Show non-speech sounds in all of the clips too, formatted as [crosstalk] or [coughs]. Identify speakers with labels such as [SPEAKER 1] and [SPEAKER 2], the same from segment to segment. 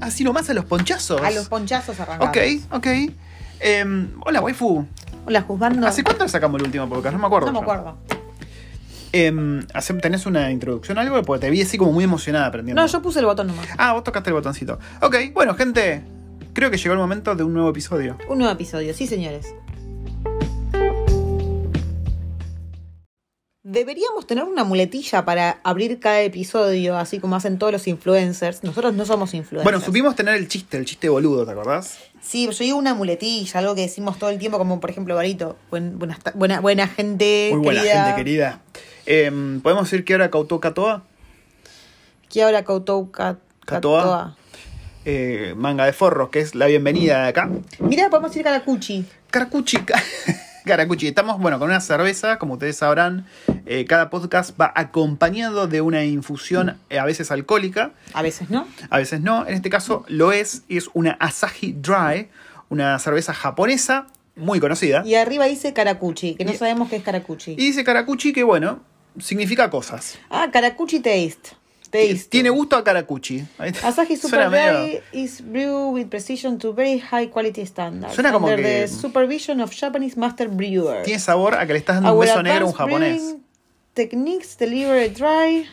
[SPEAKER 1] Así nomás a los ponchazos.
[SPEAKER 2] A los ponchazos arrancamos.
[SPEAKER 1] Ok, ok. Em, hola, waifu.
[SPEAKER 2] Hola, juzgando.
[SPEAKER 1] ¿Hace cuánto sacamos el último podcast? No me acuerdo.
[SPEAKER 2] No me
[SPEAKER 1] yo.
[SPEAKER 2] acuerdo.
[SPEAKER 1] Em, hace- ¿Tenés una introducción o algo? Porque te vi así como muy emocionada aprendiendo.
[SPEAKER 2] No, yo puse el botón nomás.
[SPEAKER 1] Ah, vos tocaste el botoncito. Ok, bueno, gente. Creo que llegó el momento de un nuevo episodio.
[SPEAKER 2] Un nuevo episodio, sí, señores. Deberíamos tener una muletilla para abrir cada episodio, así como hacen todos los influencers. Nosotros no somos influencers.
[SPEAKER 1] Bueno, supimos tener el chiste, el chiste boludo, ¿te acordás?
[SPEAKER 2] Sí, yo digo una muletilla, algo que decimos todo el tiempo, como por ejemplo, Barito, buen- buenas ta- buena, buena gente.
[SPEAKER 1] Muy buena
[SPEAKER 2] Eh, querida,
[SPEAKER 1] gente querida. Em, ¿Podemos decir que ahora cautó Katoa?
[SPEAKER 2] Que ahora Coutou Ca-
[SPEAKER 1] Catoa.
[SPEAKER 2] Catoa.
[SPEAKER 1] Eh, manga de forros, que es la bienvenida de acá.
[SPEAKER 2] Mirá, podemos ir Caracuchi.
[SPEAKER 1] [laughs] Caracuchi. ca- Caracuchi, estamos, bueno, con una cerveza, como ustedes sabrán, eh, cada podcast va acompañado de una infusión eh, a veces alcohólica,
[SPEAKER 2] A veces, ¿no?
[SPEAKER 1] a veces no. En este caso lo es, y es una Asahi Dry, una cerveza japonesa muy conocida.
[SPEAKER 2] Y arriba dice Caracuchi, que no
[SPEAKER 1] Y-
[SPEAKER 2] sabemos qué es Caracuchi.
[SPEAKER 1] Y dice Caracuchi que, bueno, significa cosas.
[SPEAKER 2] Ah, Caracuchi Taste. Taste.
[SPEAKER 1] Tiene gusto a Caracuchi. Ahí está.
[SPEAKER 2] Asahi Super
[SPEAKER 1] Suena medio-
[SPEAKER 2] Dry is brewed with precision to very high quality standards.
[SPEAKER 1] Suena como
[SPEAKER 2] under
[SPEAKER 1] que-
[SPEAKER 2] the supervision of Japanese master brewer.
[SPEAKER 1] Tiene sabor a que le estás dando un beso negro a un japonés.
[SPEAKER 2] Techniques deliver a dry,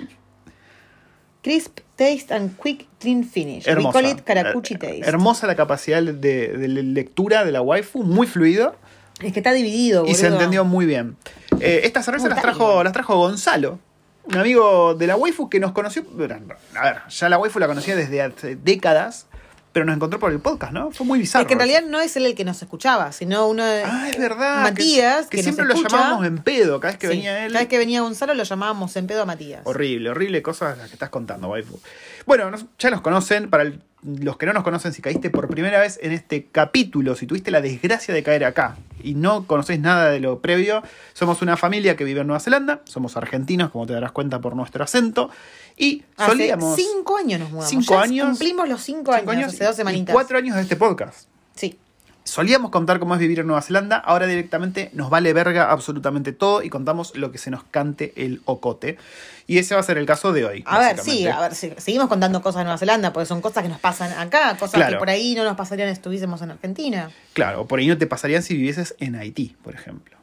[SPEAKER 2] crisp taste and quick clean finish.
[SPEAKER 1] Hermosa.
[SPEAKER 2] We call it Karakuchi
[SPEAKER 1] Eh,
[SPEAKER 2] taste.
[SPEAKER 1] Hermosa la capacidad de, de lectura de la waifu, muy fluido.
[SPEAKER 2] Es que está dividido,
[SPEAKER 1] Y
[SPEAKER 2] boludo.
[SPEAKER 1] se entendió muy bien. Eh, estas cervezas las trajo,
[SPEAKER 2] Mortal.
[SPEAKER 1] las trajo Gonzalo, un amigo de la waifu que nos conoció. bueno, A ver, ya la waifu la conocía desde hace décadas, pero nos encontró por el podcast, ¿no? Fue muy bizarro.
[SPEAKER 2] Es que en realidad no es él el que nos escuchaba, sino uno de
[SPEAKER 1] Ah, es verdad.
[SPEAKER 2] Matías,
[SPEAKER 1] Que, que
[SPEAKER 2] que nos
[SPEAKER 1] siempre lo
[SPEAKER 2] escucha.
[SPEAKER 1] llamábamos en pedo cada vez que
[SPEAKER 2] Sí,
[SPEAKER 1] venía él.
[SPEAKER 2] Cada vez que venía Gonzalo lo llamábamos en pedo a Matías.
[SPEAKER 1] Horrible, horrible cosas las que estás contando, waifu. Bueno, nos- ya nos conocen. Para el- los que no nos conocen, si caíste por primera vez en este capítulo, si tuviste la desgracia de caer acá y no conocés nada de lo previo, somos una familia que vive en Nueva Zelanda, somos argentinos, como te darás cuenta por nuestro acento, y
[SPEAKER 2] Hace
[SPEAKER 1] solíamos.
[SPEAKER 2] cinco años nos mudamos.
[SPEAKER 1] Cinco
[SPEAKER 2] Ya
[SPEAKER 1] años.
[SPEAKER 2] Cumplimos los cinco,
[SPEAKER 1] cinco
[SPEAKER 2] años, hace dos
[SPEAKER 1] y- y
[SPEAKER 2] semanitas.
[SPEAKER 1] Cuatro años de este podcast.
[SPEAKER 2] Sí.
[SPEAKER 1] Solíamos contar cómo es vivir en Nueva Zelanda, ahora directamente nos vale verga absolutamente todo y contamos lo que se nos cante el ocote. Y ese va a ser el caso de hoy.
[SPEAKER 2] A ver, sí,
[SPEAKER 1] básicamente.
[SPEAKER 2] a ver, sí, seguimos contando cosas de Nueva Zelanda, porque son cosas que nos pasan acá, cosas
[SPEAKER 1] Claro.
[SPEAKER 2] que por ahí no nos pasarían si estuviésemos en Argentina.
[SPEAKER 1] Claro, por ahí no te pasarían si vivieses en Haití, por ejemplo.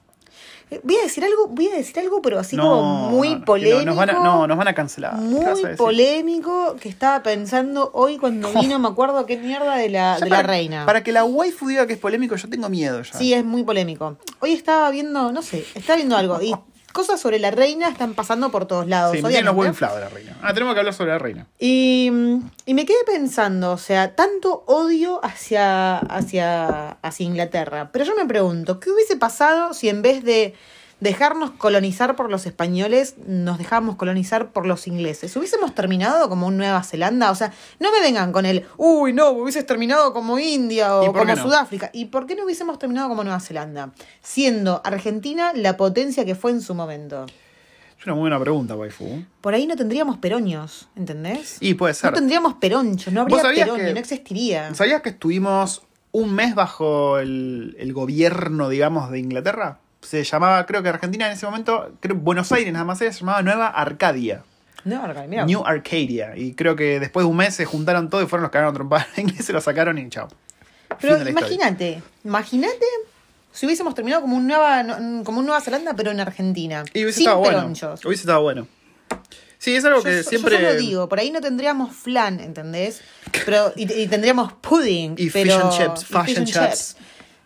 [SPEAKER 2] Eh, Voy a decir algo, voy a decir algo, pero así
[SPEAKER 1] no,
[SPEAKER 2] como muy
[SPEAKER 1] no, no,
[SPEAKER 2] polémico.
[SPEAKER 1] Nos van a, no, nos van a cancelar. ¿Qué vas a
[SPEAKER 2] Muy
[SPEAKER 1] decir?
[SPEAKER 2] polémico que estaba pensando hoy cuando vino, me acuerdo qué mierda de la,
[SPEAKER 1] Ya
[SPEAKER 2] de
[SPEAKER 1] para-
[SPEAKER 2] la reina.
[SPEAKER 1] Para que la waifu diga que es polémico, yo tengo miedo ya.
[SPEAKER 2] Sí, es muy polémico. Hoy estaba viendo, no sé, estaba viendo algo y cosas sobre la reina están pasando por todos lados.
[SPEAKER 1] Sí, me tienen
[SPEAKER 2] obviamente.
[SPEAKER 1] los huevos inflados de la reina. Ah, tenemos que hablar sobre la reina.
[SPEAKER 2] Y, y me quedé pensando, o sea, tanto odio hacia, hacia, hacia Inglaterra. Pero yo me pregunto, ¿qué hubiese pasado si en vez de dejarnos colonizar por los españoles, nos dejábamos colonizar por los ingleses? ¿Hubiésemos terminado como un Nueva Zelanda? O sea, no me vengan con el, uy, no, hubieses terminado como India
[SPEAKER 1] ¿Y
[SPEAKER 2] o
[SPEAKER 1] por qué
[SPEAKER 2] como
[SPEAKER 1] no?
[SPEAKER 2] Sudáfrica. ¿Y por qué no hubiésemos terminado como Nueva Zelanda? Siendo Argentina la potencia que fue en su momento.
[SPEAKER 1] Es una muy buena pregunta, waifu.
[SPEAKER 2] Por ahí no tendríamos peroños, ¿entendés?
[SPEAKER 1] Y puede ser.
[SPEAKER 2] No tendríamos peroncho, no habría
[SPEAKER 1] ¿Vos sabías
[SPEAKER 2] peronio,
[SPEAKER 1] que-
[SPEAKER 2] no existiría.
[SPEAKER 1] ¿Sabías que estuvimos un mes bajo el, el gobierno, digamos, de Inglaterra? Se llamaba, creo que Argentina en ese momento, creo, Buenos Aires nada más era, se llamaba Nueva Arcadia.
[SPEAKER 2] No, Arca- mirá.
[SPEAKER 1] New Arcadia. Y creo que después de un mes se juntaron todos y fueron los que ganaron trompadas en inglés, se lo sacaron [laughs] y chao. Fin de
[SPEAKER 2] Pero
[SPEAKER 1] la historia.
[SPEAKER 2] imagínate, imagínate si hubiésemos terminado como un Nueva, no- como un Nueva Zelanda, pero en Argentina.
[SPEAKER 1] Y hubiese
[SPEAKER 2] sin
[SPEAKER 1] estado bueno.
[SPEAKER 2] peronchos.
[SPEAKER 1] Hubiese estado bueno. Sí, es algo
[SPEAKER 2] Yo,
[SPEAKER 1] que
[SPEAKER 2] so-
[SPEAKER 1] siempre.
[SPEAKER 2] yo solo digo, por ahí no tendríamos flan, ¿entendés? Pero, y, y tendríamos pudding.
[SPEAKER 1] Y
[SPEAKER 2] pero,
[SPEAKER 1] fish and chips,
[SPEAKER 2] y
[SPEAKER 1] fish and chips.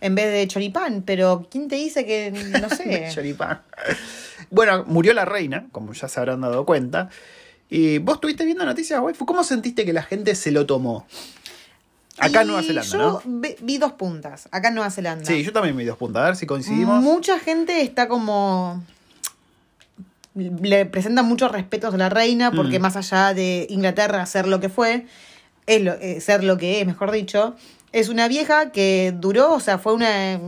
[SPEAKER 2] En vez de choripán, pero ¿quién te dice que,
[SPEAKER 1] [laughs]
[SPEAKER 2] no sé?
[SPEAKER 1] Choripán. Bueno, murió la reina, como ya se habrán dado cuenta. Y vos estuviste viendo noticias, waifu. ¿Cómo sentiste que la gente se lo tomó? Acá en
[SPEAKER 2] Y
[SPEAKER 1] Nueva Zelanda,
[SPEAKER 2] yo
[SPEAKER 1] ¿no?
[SPEAKER 2] ve- vi dos puntas, acá en Nueva Zelanda.
[SPEAKER 1] Sí, yo también me dos puntos. A ver si coincidimos.
[SPEAKER 2] Mucha gente está como. Le presenta muchos respetos a la reina, porque
[SPEAKER 1] Mm.
[SPEAKER 2] más allá de Inglaterra ser lo que fue, es lo, eh, ser lo que es, mejor dicho, es una vieja que duró, o sea, fue una,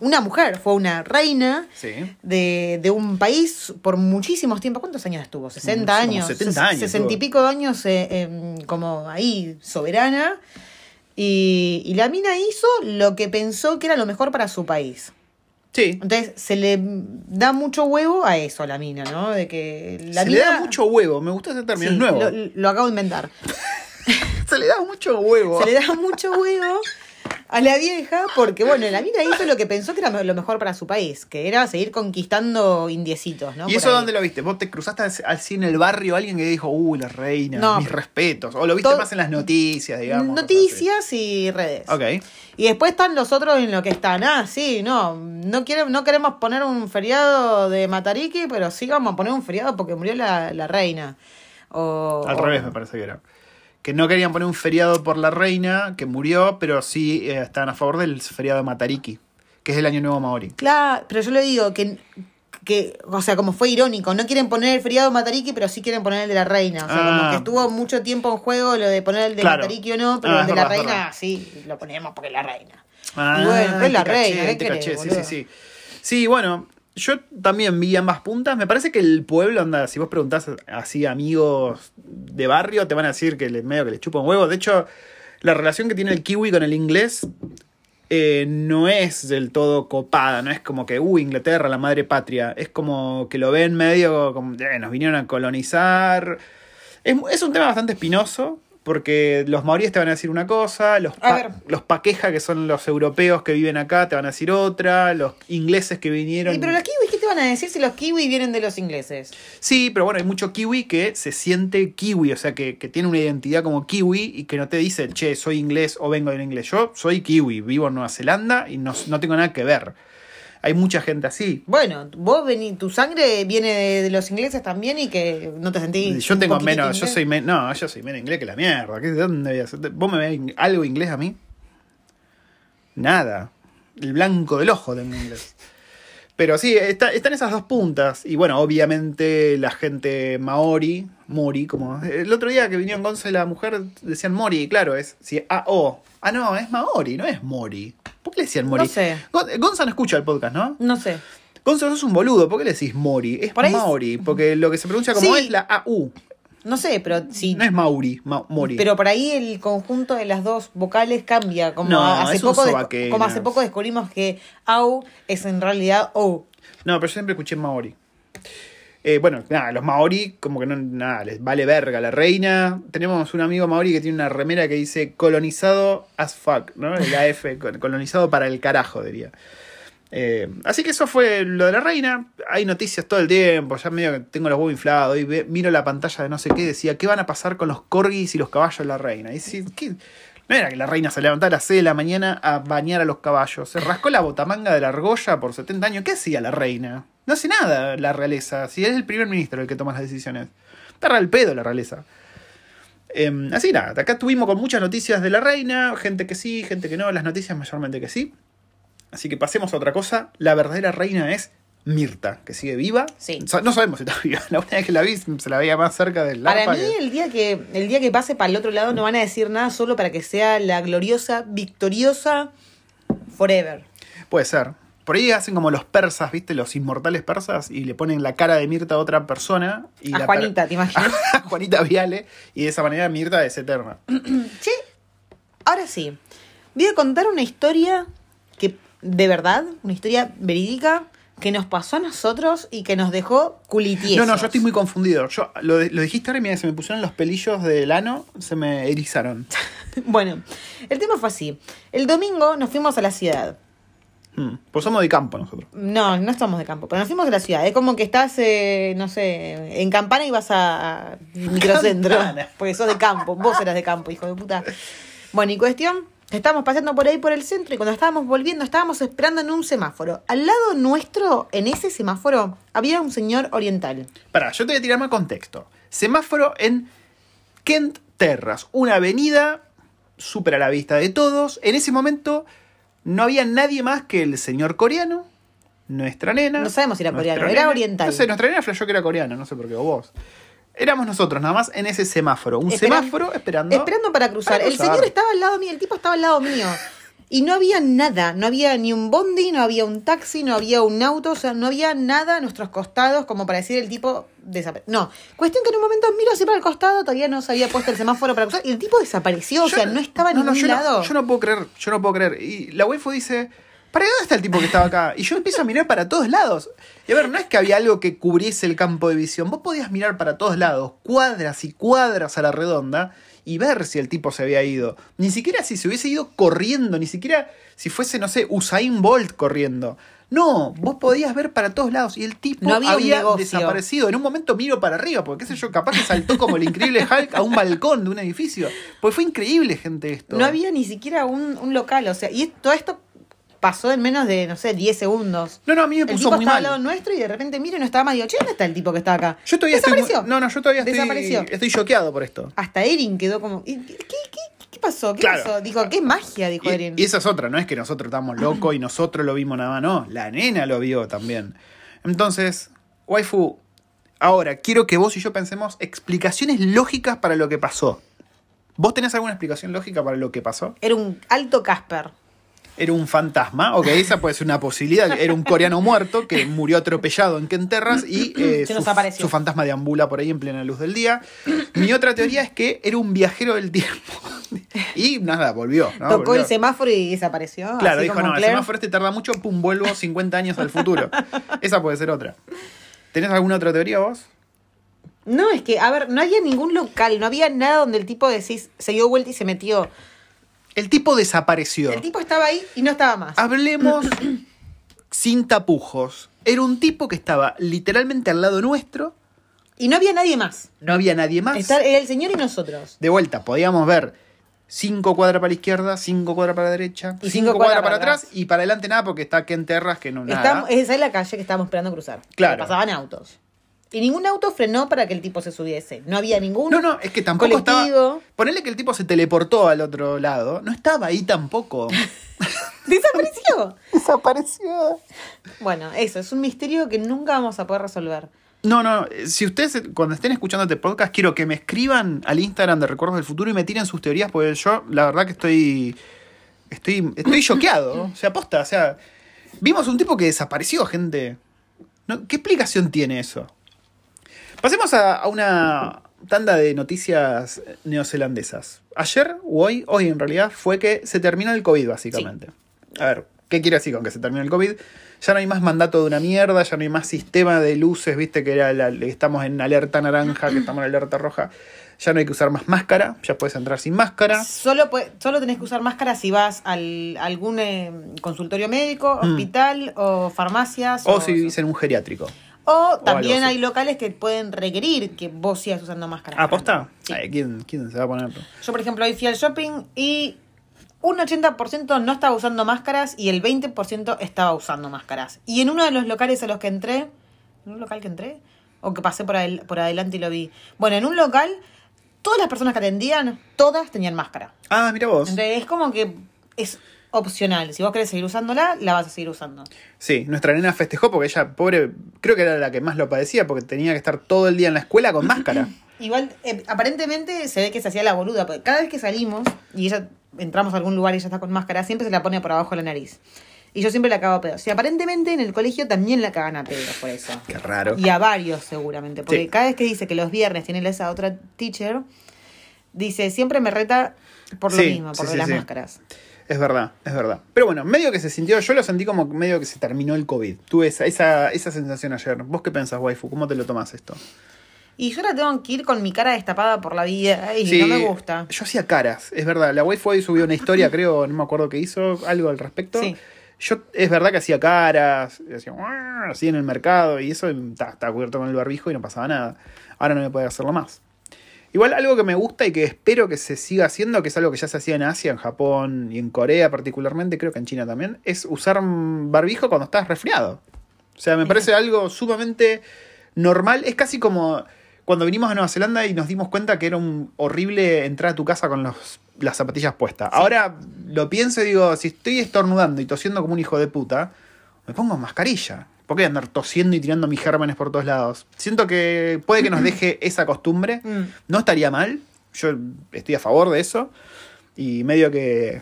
[SPEAKER 2] una mujer, fue una reina
[SPEAKER 1] Sí.
[SPEAKER 2] de, de un país por muchísimos tiempos. ¿Cuántos años estuvo? 60
[SPEAKER 1] Mm, Como
[SPEAKER 2] años.
[SPEAKER 1] 70
[SPEAKER 2] ses-
[SPEAKER 1] años
[SPEAKER 2] 60 y
[SPEAKER 1] estuvo.
[SPEAKER 2] pico de años eh, em, como ahí, soberana. Y, y la mina hizo lo que pensó que era lo mejor para su país.
[SPEAKER 1] Sí.
[SPEAKER 2] Entonces se le da mucho huevo a eso a la mina, ¿no? De que la
[SPEAKER 1] se
[SPEAKER 2] mina
[SPEAKER 1] le da mucho huevo. Me gusta ese término,
[SPEAKER 2] Sí,
[SPEAKER 1] es nuevo.
[SPEAKER 2] Lo, lo acabo de inventar.
[SPEAKER 1] [laughs] Se le da mucho huevo.
[SPEAKER 2] Se le da mucho huevo a la vieja porque, bueno, la mina hizo lo que pensó que era lo mejor para su país, que era seguir conquistando indiecitos, ¿no?
[SPEAKER 1] ¿Y
[SPEAKER 2] Por
[SPEAKER 1] eso
[SPEAKER 2] ahí.
[SPEAKER 1] dónde lo viste? ¿Vos te cruzaste as- así en el barrio alguien que dijo, uh, la reina,
[SPEAKER 2] No.
[SPEAKER 1] mis respetos? ¿O lo viste
[SPEAKER 2] Todo-
[SPEAKER 1] más en las noticias, digamos?
[SPEAKER 2] Noticias y redes.
[SPEAKER 1] cosas así? Ok.
[SPEAKER 2] Y después están los otros en lo que están. Ah, sí, no. No, quiere, no queremos poner un feriado de Matariki, pero sí vamos a poner un feriado porque murió la, la reina. O,
[SPEAKER 1] Al
[SPEAKER 2] o-
[SPEAKER 1] revés, me parece que era. Que no querían poner un feriado por la reina, que murió, pero sí eh, estaban a favor del feriado de Matariki, que es el año nuevo maori.
[SPEAKER 2] Claro, pero yo le digo que, que, o sea, como fue irónico, no quieren poner el feriado de Matariki, pero sí quieren poner el de la reina. O sea,
[SPEAKER 1] Ah.
[SPEAKER 2] como que estuvo mucho tiempo en juego lo de poner el de
[SPEAKER 1] Claro.
[SPEAKER 2] Matariki o no, pero
[SPEAKER 1] Ah,
[SPEAKER 2] el de
[SPEAKER 1] es
[SPEAKER 2] la
[SPEAKER 1] verdad, es
[SPEAKER 2] reina
[SPEAKER 1] verdad.
[SPEAKER 2] sí, lo ponemos porque es la reina.
[SPEAKER 1] Ah,
[SPEAKER 2] bueno, pero es la
[SPEAKER 1] te caché,
[SPEAKER 2] reina, ¿qué
[SPEAKER 1] te
[SPEAKER 2] querés,
[SPEAKER 1] caché, sí,
[SPEAKER 2] boludo?
[SPEAKER 1] sí, sí. Sí, bueno, yo también vi ambas puntas. Me parece que el pueblo anda, si vos preguntás así a amigos de barrio, te van a decir que le, medio que le chupa un huevo. De hecho, la relación que tiene el kiwi con el inglés eh, no es del todo copada, no es como que, uh, Inglaterra, la madre patria. Es como que lo ven medio como, "Eh, nos vinieron a colonizar. Es, es un tema bastante espinoso. Porque los maoríes te van a decir una cosa, los,
[SPEAKER 2] A
[SPEAKER 1] pa-
[SPEAKER 2] ver.
[SPEAKER 1] los paqueja, que son los europeos que viven acá, te van a decir otra, los ingleses que vinieron.
[SPEAKER 2] Y, pero los kiwis, ¿qué te van a decir si los kiwis vienen de los ingleses?
[SPEAKER 1] Sí, pero bueno, hay mucho kiwi que se siente kiwi, o sea, que, que tiene una identidad como kiwi y que no te dice, che, soy inglés o vengo del inglés. Yo soy kiwi, vivo en Nueva Zelanda y no, no tengo nada que ver. Hay mucha gente así.
[SPEAKER 2] Bueno, vos vení, tu sangre viene de, de los ingleses también y que no te sentís.
[SPEAKER 1] Yo
[SPEAKER 2] un
[SPEAKER 1] tengo
[SPEAKER 2] poquitito
[SPEAKER 1] menos, yo
[SPEAKER 2] inglés.
[SPEAKER 1] soy menos, no, yo soy menos inglés que la mierda. ¿Qué, de ¿Dónde voy a hacer? ¿Vos me ves ing- algo inglés a mí? Nada. El blanco del ojo tengo inglés. Pero sí, está- están esas dos puntas. Y bueno, obviamente la gente maori, mori, como el otro día que vinieron Gonzo y la mujer decían mori, y claro, es si A-O. Ah, no, es maori, no es mori. ¿Por qué le decían mori?
[SPEAKER 2] No sé.
[SPEAKER 1] Gon- Gonza no escucha el podcast, ¿no?
[SPEAKER 2] No sé.
[SPEAKER 1] Gonzo, sos un boludo, ¿por qué le decís mori? Es
[SPEAKER 2] Por ahí-
[SPEAKER 1] maori, porque lo que se pronuncia como
[SPEAKER 2] Sí.
[SPEAKER 1] es la AU.
[SPEAKER 2] No sé, pero sí.
[SPEAKER 1] No es Mauri, Ma- Mori.
[SPEAKER 2] Pero por ahí el conjunto de las dos vocales cambia. Como,
[SPEAKER 1] No,
[SPEAKER 2] hace
[SPEAKER 1] es un
[SPEAKER 2] poco des-
[SPEAKER 1] sobaquero.
[SPEAKER 2] como hace poco descubrimos que au es en realidad ou.
[SPEAKER 1] No, pero yo siempre escuché Maori. Eh, bueno, nada, los Maori, como que no, nada, les vale verga la reina. Tenemos un amigo Maori que tiene una remera que dice colonizado as fuck, ¿no? El AF, col- colonizado para el carajo, diría. Eh, así que eso fue lo de la reina. Hay noticias todo el tiempo, ya medio que tengo los huevos inflados. Y ve- miro la pantalla de no sé qué, decía, ¿qué van a pasar con los corgis y los caballos de la reina? Y sí, ¿qué? No era que la reina se levantara a las 6 de la mañana a bañar a los caballos. Se rascó la botamanga de la argolla por 70 años. ¿Qué hacía la reina? No hace nada la realeza. Si es el primer ministro el que toma las decisiones. Está al pedo la realeza. Em, así nada, acá estuvimos con muchas noticias de la reina, gente que sí, gente que no, las noticias mayormente que sí. Así que pasemos a otra cosa. La verdadera reina es Mirta, que sigue viva.
[SPEAKER 2] Sí.
[SPEAKER 1] Sa- No sabemos si está [laughs] viva. La última vez que la vi se la veía más cerca del
[SPEAKER 2] Para
[SPEAKER 1] arpa
[SPEAKER 2] mí,
[SPEAKER 1] que-
[SPEAKER 2] el día, que, el día que pase para el otro lado no van a decir nada solo para que sea la gloriosa, victoriosa forever.
[SPEAKER 1] Puede ser. Por ahí hacen como los persas, ¿viste? Los inmortales persas y le ponen la cara de Mirta a otra persona. Y
[SPEAKER 2] A
[SPEAKER 1] la per-
[SPEAKER 2] Juanita, ¿te imaginas?
[SPEAKER 1] [laughs] a Juanita Viale. Y de esa manera Mirta es eterna.
[SPEAKER 2] Che, ahora sí. Voy a contar una historia que, de verdad, una historia verídica que nos pasó a nosotros y que nos dejó
[SPEAKER 1] No,
[SPEAKER 2] culitiesos.
[SPEAKER 1] no, yo estoy muy confundido. Yo lo, de- lo dijiste ahora y mira, se me pusieron los pelillos del ano, se me
[SPEAKER 2] [laughs]
[SPEAKER 1] erizaron.
[SPEAKER 2] [laughs] Bueno, el tema fue así. El domingo nos fuimos a la ciudad.
[SPEAKER 1] Mm, Pues somos de campo nosotros.
[SPEAKER 2] No, no estamos de campo, pero nos fuimos a la ciudad. Es como que estás, eh, no sé, en Campana y vas a, a microcentro.
[SPEAKER 1] Campana.
[SPEAKER 2] Porque sos de campo, vos eras de campo, hijo de puta. Bueno, y cuestión, estábamos paseando por ahí por el centro y cuando estábamos volviendo estábamos esperando en un semáforo. Al lado nuestro, en ese semáforo, había un señor oriental.
[SPEAKER 1] Pará, yo te voy a tirar más contexto. Semáforo en Kent Terras, una avenida súper a la vista de todos. En ese momento no había nadie más que el señor coreano, nuestra nena.
[SPEAKER 2] No sabemos si era
[SPEAKER 1] nuestra
[SPEAKER 2] coreano, era
[SPEAKER 1] nena.
[SPEAKER 2] oriental.
[SPEAKER 1] No sé, nuestra nena flashó que era coreana, no sé por qué, o vos. Éramos nosotros nada más en ese semáforo. Un
[SPEAKER 2] Esperan-
[SPEAKER 1] semáforo esperando.
[SPEAKER 2] Esperando para cruzar.
[SPEAKER 1] para
[SPEAKER 2] el
[SPEAKER 1] cruzar.
[SPEAKER 2] señor estaba al lado mío, el tipo estaba al lado mío. Y no había nada, no había ni un bondi, no había un taxi, no había un auto, o sea, no había nada a nuestros costados como para decir el tipo desapare- No, cuestión que en un momento miro así para el costado, todavía no se había puesto el semáforo para cruzar y el tipo desapareció, o
[SPEAKER 1] Yo-
[SPEAKER 2] sea, no estaba en ningún
[SPEAKER 1] yo
[SPEAKER 2] lado.
[SPEAKER 1] yo no puedo creer, yo no puedo creer. Y la waifu dice, ¿Para dónde está el tipo que estaba acá? Y yo empiezo a mirar para todos lados. Y a ver, no es que había algo que cubriese el campo de visión. Vos podías mirar para todos lados, cuadras y cuadras a la redonda, y ver si el tipo se había ido. Ni siquiera si se hubiese ido corriendo, ni siquiera si fuese, no sé, Usain Bolt corriendo. No, vos podías ver para todos lados y el tipo
[SPEAKER 2] No había
[SPEAKER 1] había,
[SPEAKER 2] un negocio.
[SPEAKER 1] desaparecido. En un momento miro para arriba, porque qué sé yo, capaz que saltó como el increíble Hulk a un balcón de un edificio. Pues fue increíble, gente, esto.
[SPEAKER 2] No había ni siquiera un, un local, o sea, y todo esto pasó en menos de, no sé, 10 segundos.
[SPEAKER 1] No, no, a mí me
[SPEAKER 2] El
[SPEAKER 1] puso
[SPEAKER 2] tipo
[SPEAKER 1] muy
[SPEAKER 2] estaba al
[SPEAKER 1] mal.
[SPEAKER 2] lado nuestro y de repente miro y no estaba más. Digo, che, ¿dónde está el tipo que estaba acá?
[SPEAKER 1] Yo todavía estoy muy-
[SPEAKER 2] Desapareció.
[SPEAKER 1] no, no, yo todavía estoy.
[SPEAKER 2] Desapareció.
[SPEAKER 1] Estoy choqueado por esto.
[SPEAKER 2] Hasta Erin quedó como. ¿y ¿Qué, qué, qué- qué pasó? ¿Qué
[SPEAKER 1] Claro.
[SPEAKER 2] pasó? Dijo, qué magia, dijo Erin.
[SPEAKER 1] Y, y esa es otra, no es que nosotros estábamos locos y nosotros lo vimos nada más, no. La nena lo vio también. Entonces, waifu, ahora quiero que vos y yo pensemos explicaciones lógicas para lo que pasó. ¿Vos tenés alguna explicación lógica para lo que pasó?
[SPEAKER 2] Era un alto Casper.
[SPEAKER 1] ¿Era un fantasma? Ok, esa puede ser una posibilidad. Era un coreano muerto que murió atropellado en Kenterras
[SPEAKER 2] [clears throat]
[SPEAKER 1] y eh,
[SPEAKER 2] Se
[SPEAKER 1] su,
[SPEAKER 2] nos apareció.
[SPEAKER 1] su fantasma deambula por ahí en plena luz del día. Mi otra teoría es que era un viajero del tiempo. Y nada, volvió. ¿no?
[SPEAKER 2] Tocó
[SPEAKER 1] Volvió.
[SPEAKER 2] el semáforo y desapareció.
[SPEAKER 1] Claro,
[SPEAKER 2] así
[SPEAKER 1] dijo,
[SPEAKER 2] como
[SPEAKER 1] no, el
[SPEAKER 2] Claire".
[SPEAKER 1] semáforo este tarda mucho, pum, vuelvo 50 años al futuro. Esa puede ser otra. ¿Tenés alguna otra teoría vos?
[SPEAKER 2] No, es que, a ver, no había ningún local, no había nada donde el tipo decís, se dio vuelta y se metió.
[SPEAKER 1] El tipo desapareció.
[SPEAKER 2] El tipo estaba ahí y no estaba más.
[SPEAKER 1] Ah. Hablemos sin tapujos. Era un tipo que estaba literalmente al lado nuestro,
[SPEAKER 2] Y no había nadie más.
[SPEAKER 1] no había nadie más.
[SPEAKER 2] Está- era el señor y nosotros.
[SPEAKER 1] De vuelta, podíamos ver cinco cuadras para la izquierda, cinco cuadras para la derecha, cinco,
[SPEAKER 2] Y cinco
[SPEAKER 1] cuadras
[SPEAKER 2] cuadras
[SPEAKER 1] para
[SPEAKER 2] para
[SPEAKER 1] atrás, y para adelante nada porque está Ken Terras que no nada.
[SPEAKER 2] Estábamos- esa es la calle que estábamos esperando cruzar.
[SPEAKER 1] Claro.
[SPEAKER 2] Que Pasaban autos. Y ningún auto frenó para que el tipo se subiese. No había
[SPEAKER 1] No,
[SPEAKER 2] ninguno.
[SPEAKER 1] no, es que tampoco
[SPEAKER 2] Colectivo.
[SPEAKER 1] [laughs] estaba. Ponele que el tipo se teleportó al otro lado. No estaba ahí tampoco.
[SPEAKER 2] Desapareció.
[SPEAKER 1] [laughs] Desapareció.
[SPEAKER 2] bueno, eso, es un misterio que nunca vamos a poder resolver.
[SPEAKER 1] No, no. eh, Si ustedes, eh, cuando estén escuchando este podcast, quiero que me escriban al Instagram de Recuerdos del Futuro y me tiren sus teorías, porque yo, la verdad, que estoy. Estoy. Estoy choqueado. O sea, aposta. O sea, vimos un tipo que desapareció, gente. No, ¿Qué explicación tiene eso? Pasemos a, a una tanda de noticias neozelandesas. Ayer, o hoy, hoy en realidad, fue que se terminó el COVID, básicamente. A ver, ¿qué quiero decir con que se terminó el COVID? Ya no hay más mandato de una mierda, ya no hay más sistema de luces, viste que era la- estamos en alerta naranja, que estamos en alerta roja. Ya no hay que usar más máscara, ya puedes entrar sin máscara.
[SPEAKER 2] Solo, pue- solo tenés que usar máscara si vas al algún eh, consultorio médico, hospital o farmacias.
[SPEAKER 1] Mm. O si vivís
[SPEAKER 2] eso.
[SPEAKER 1] en un geriátrico.
[SPEAKER 2] O
[SPEAKER 1] algo
[SPEAKER 2] también
[SPEAKER 1] así.
[SPEAKER 2] hay locales que pueden requerir que vos sigas usando máscara.
[SPEAKER 1] ¿Aposta?
[SPEAKER 2] Sí.
[SPEAKER 1] Ah, Ay, ¿quién, ¿Quién se va a poner?
[SPEAKER 2] Yo, por ejemplo, hoy fui al shopping y un 80% no estaba usando máscaras y el 20% estaba usando máscaras. Y en uno de los locales a los que entré, ¿en un local que entré? O que pasé por, adel- por adelante y lo vi. Bueno, en un local, todas las personas que atendían, todas tenían máscara.
[SPEAKER 1] Ah, mira vos.
[SPEAKER 2] Entonces es como que es opcional. Si vos querés seguir usándola, la vas a seguir usando.
[SPEAKER 1] Sí, nuestra nena festejó porque ella, pobre, creo que era la que más lo padecía porque tenía que estar todo el día en la escuela con
[SPEAKER 2] [clears throat]
[SPEAKER 1] máscara.
[SPEAKER 2] Igual, eh, aparentemente se ve que se hacía la boluda, porque cada vez que salimos y ella entramos a algún lugar y ella está con máscara, siempre se la pone por abajo de la nariz. Y yo siempre la cago a pedos. Y aparentemente en el colegio también la cagan a pedos por eso.
[SPEAKER 1] Qué raro.
[SPEAKER 2] Y a varios seguramente, porque
[SPEAKER 1] Sí.
[SPEAKER 2] cada vez que dice que los viernes tiene esa otra teacher, dice, siempre me reta por lo
[SPEAKER 1] Sí,
[SPEAKER 2] mismo, por
[SPEAKER 1] sí,
[SPEAKER 2] lo de
[SPEAKER 1] sí,
[SPEAKER 2] las
[SPEAKER 1] sí.
[SPEAKER 2] máscaras.
[SPEAKER 1] Es verdad, es verdad. Pero bueno, medio que se sintió, yo lo sentí como medio que se terminó el COVID. Tuve esa, esa, esa sensación ayer. ¿Vos qué pensás, waifu? ¿Cómo te lo tomás esto?
[SPEAKER 2] Y yo la tengo que ir con mi cara destapada por la vida y
[SPEAKER 1] Sí,
[SPEAKER 2] no me gusta.
[SPEAKER 1] Yo hacía caras, es verdad. La waifu hoy subió una
[SPEAKER 2] [laughs]
[SPEAKER 1] historia, creo, no me acuerdo qué hizo, algo al respecto.
[SPEAKER 2] Sí.
[SPEAKER 1] Yo, es verdad que hacía caras, hacía "Uah", así en el mercado y eso ta, estaba cubierto con el barbijo y no pasaba nada. Ahora no me puede hacerlo más. Igual algo que me gusta y que espero que se siga haciendo, que es algo que ya se hacía en Asia, en Japón y en Corea particularmente, creo que en China también, es usar mm, barbijo cuando estás resfriado. O sea, me parece algo sumamente normal. Es casi como cuando vinimos a Nueva Zelanda y nos dimos cuenta que era un horrible entrar a tu casa con los, las zapatillas puestas. Ahora lo pienso y digo, si estoy estornudando y tosiendo como un hijo de puta, me pongo mascarilla. ¿Por qué voy a andar tosiendo y tirando mis gérmenes por todos lados? Siento que puede que nos
[SPEAKER 2] [clears throat]
[SPEAKER 1] deje esa costumbre.
[SPEAKER 2] Mm.
[SPEAKER 1] No estaría mal. Yo estoy a favor de eso. Y medio que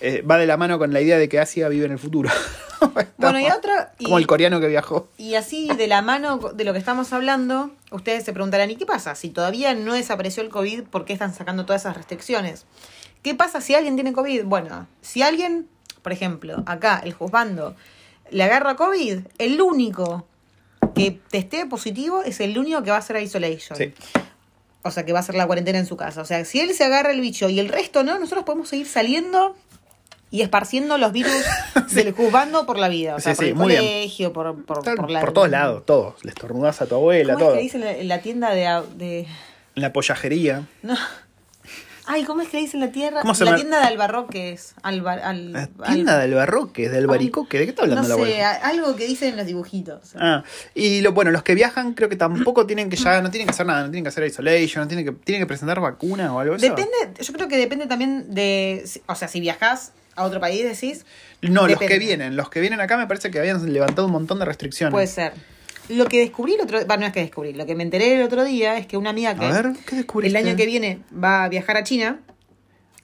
[SPEAKER 1] eh, va de la mano con la idea de que Asia vive en el futuro. [laughs]
[SPEAKER 2] Bueno, y
[SPEAKER 1] Estamos-
[SPEAKER 2] otra... y-
[SPEAKER 1] Como el coreano que viajó.
[SPEAKER 2] Y así, de la mano de lo que estamos hablando, ustedes se preguntarán, ¿y qué pasa? Si todavía no desapareció el COVID, ¿por qué están sacando todas esas restricciones? ¿Qué pasa si alguien tiene COVID? Bueno, si alguien, por ejemplo, acá el juzgando le agarra COVID, el único que testee positivo es el único que va a hacer isolation.
[SPEAKER 1] Sí.
[SPEAKER 2] O sea, que va a hacer la cuarentena en su casa. O sea, si él se agarra el bicho y el resto no, nosotros podemos seguir saliendo y esparciendo
[SPEAKER 1] [laughs]
[SPEAKER 2] los virus del juzgando por la vida. O sea,
[SPEAKER 1] Sí,
[SPEAKER 2] por
[SPEAKER 1] sí,
[SPEAKER 2] el
[SPEAKER 1] muy bien.
[SPEAKER 2] colegio, por, por,
[SPEAKER 1] Están
[SPEAKER 2] por la-
[SPEAKER 1] por todos lados, todos. Le estornudás a tu abuela,
[SPEAKER 2] ¿Cómo es
[SPEAKER 1] todo.
[SPEAKER 2] que dicen en la tienda de, au- de-
[SPEAKER 1] En la pollajería.
[SPEAKER 2] No. Ay, ¿cómo es que le dicen la tierra?
[SPEAKER 1] ¿Cómo se
[SPEAKER 2] la
[SPEAKER 1] llama?
[SPEAKER 2] tienda de Albarroques. Albar, al,
[SPEAKER 1] La
[SPEAKER 2] al-
[SPEAKER 1] tienda del barroque, del baricoque. ¿De qué está hablando
[SPEAKER 2] no
[SPEAKER 1] la
[SPEAKER 2] sé,
[SPEAKER 1] abuela?
[SPEAKER 2] a- algo que dicen en los dibujitos.
[SPEAKER 1] Ah, y lo, bueno, los que viajan creo que tampoco tienen que ya, no tienen que hacer nada, no tienen que hacer isolation, no tienen que, tienen que presentar vacuna o algo de eso.
[SPEAKER 2] Depende, yo creo que depende también de. si- O sea, si viajás a otro país, decís,
[SPEAKER 1] No, los que
[SPEAKER 2] depende.
[SPEAKER 1] vienen, los que vienen acá me parece que habían levantado un montón de restricciones.
[SPEAKER 2] puede ser. Lo que descubrí el otro bueno, no es que descubrí, lo que me enteré el otro día es que una amiga que
[SPEAKER 1] a ver, ¿qué descubriste?
[SPEAKER 2] el año que viene va a viajar a China,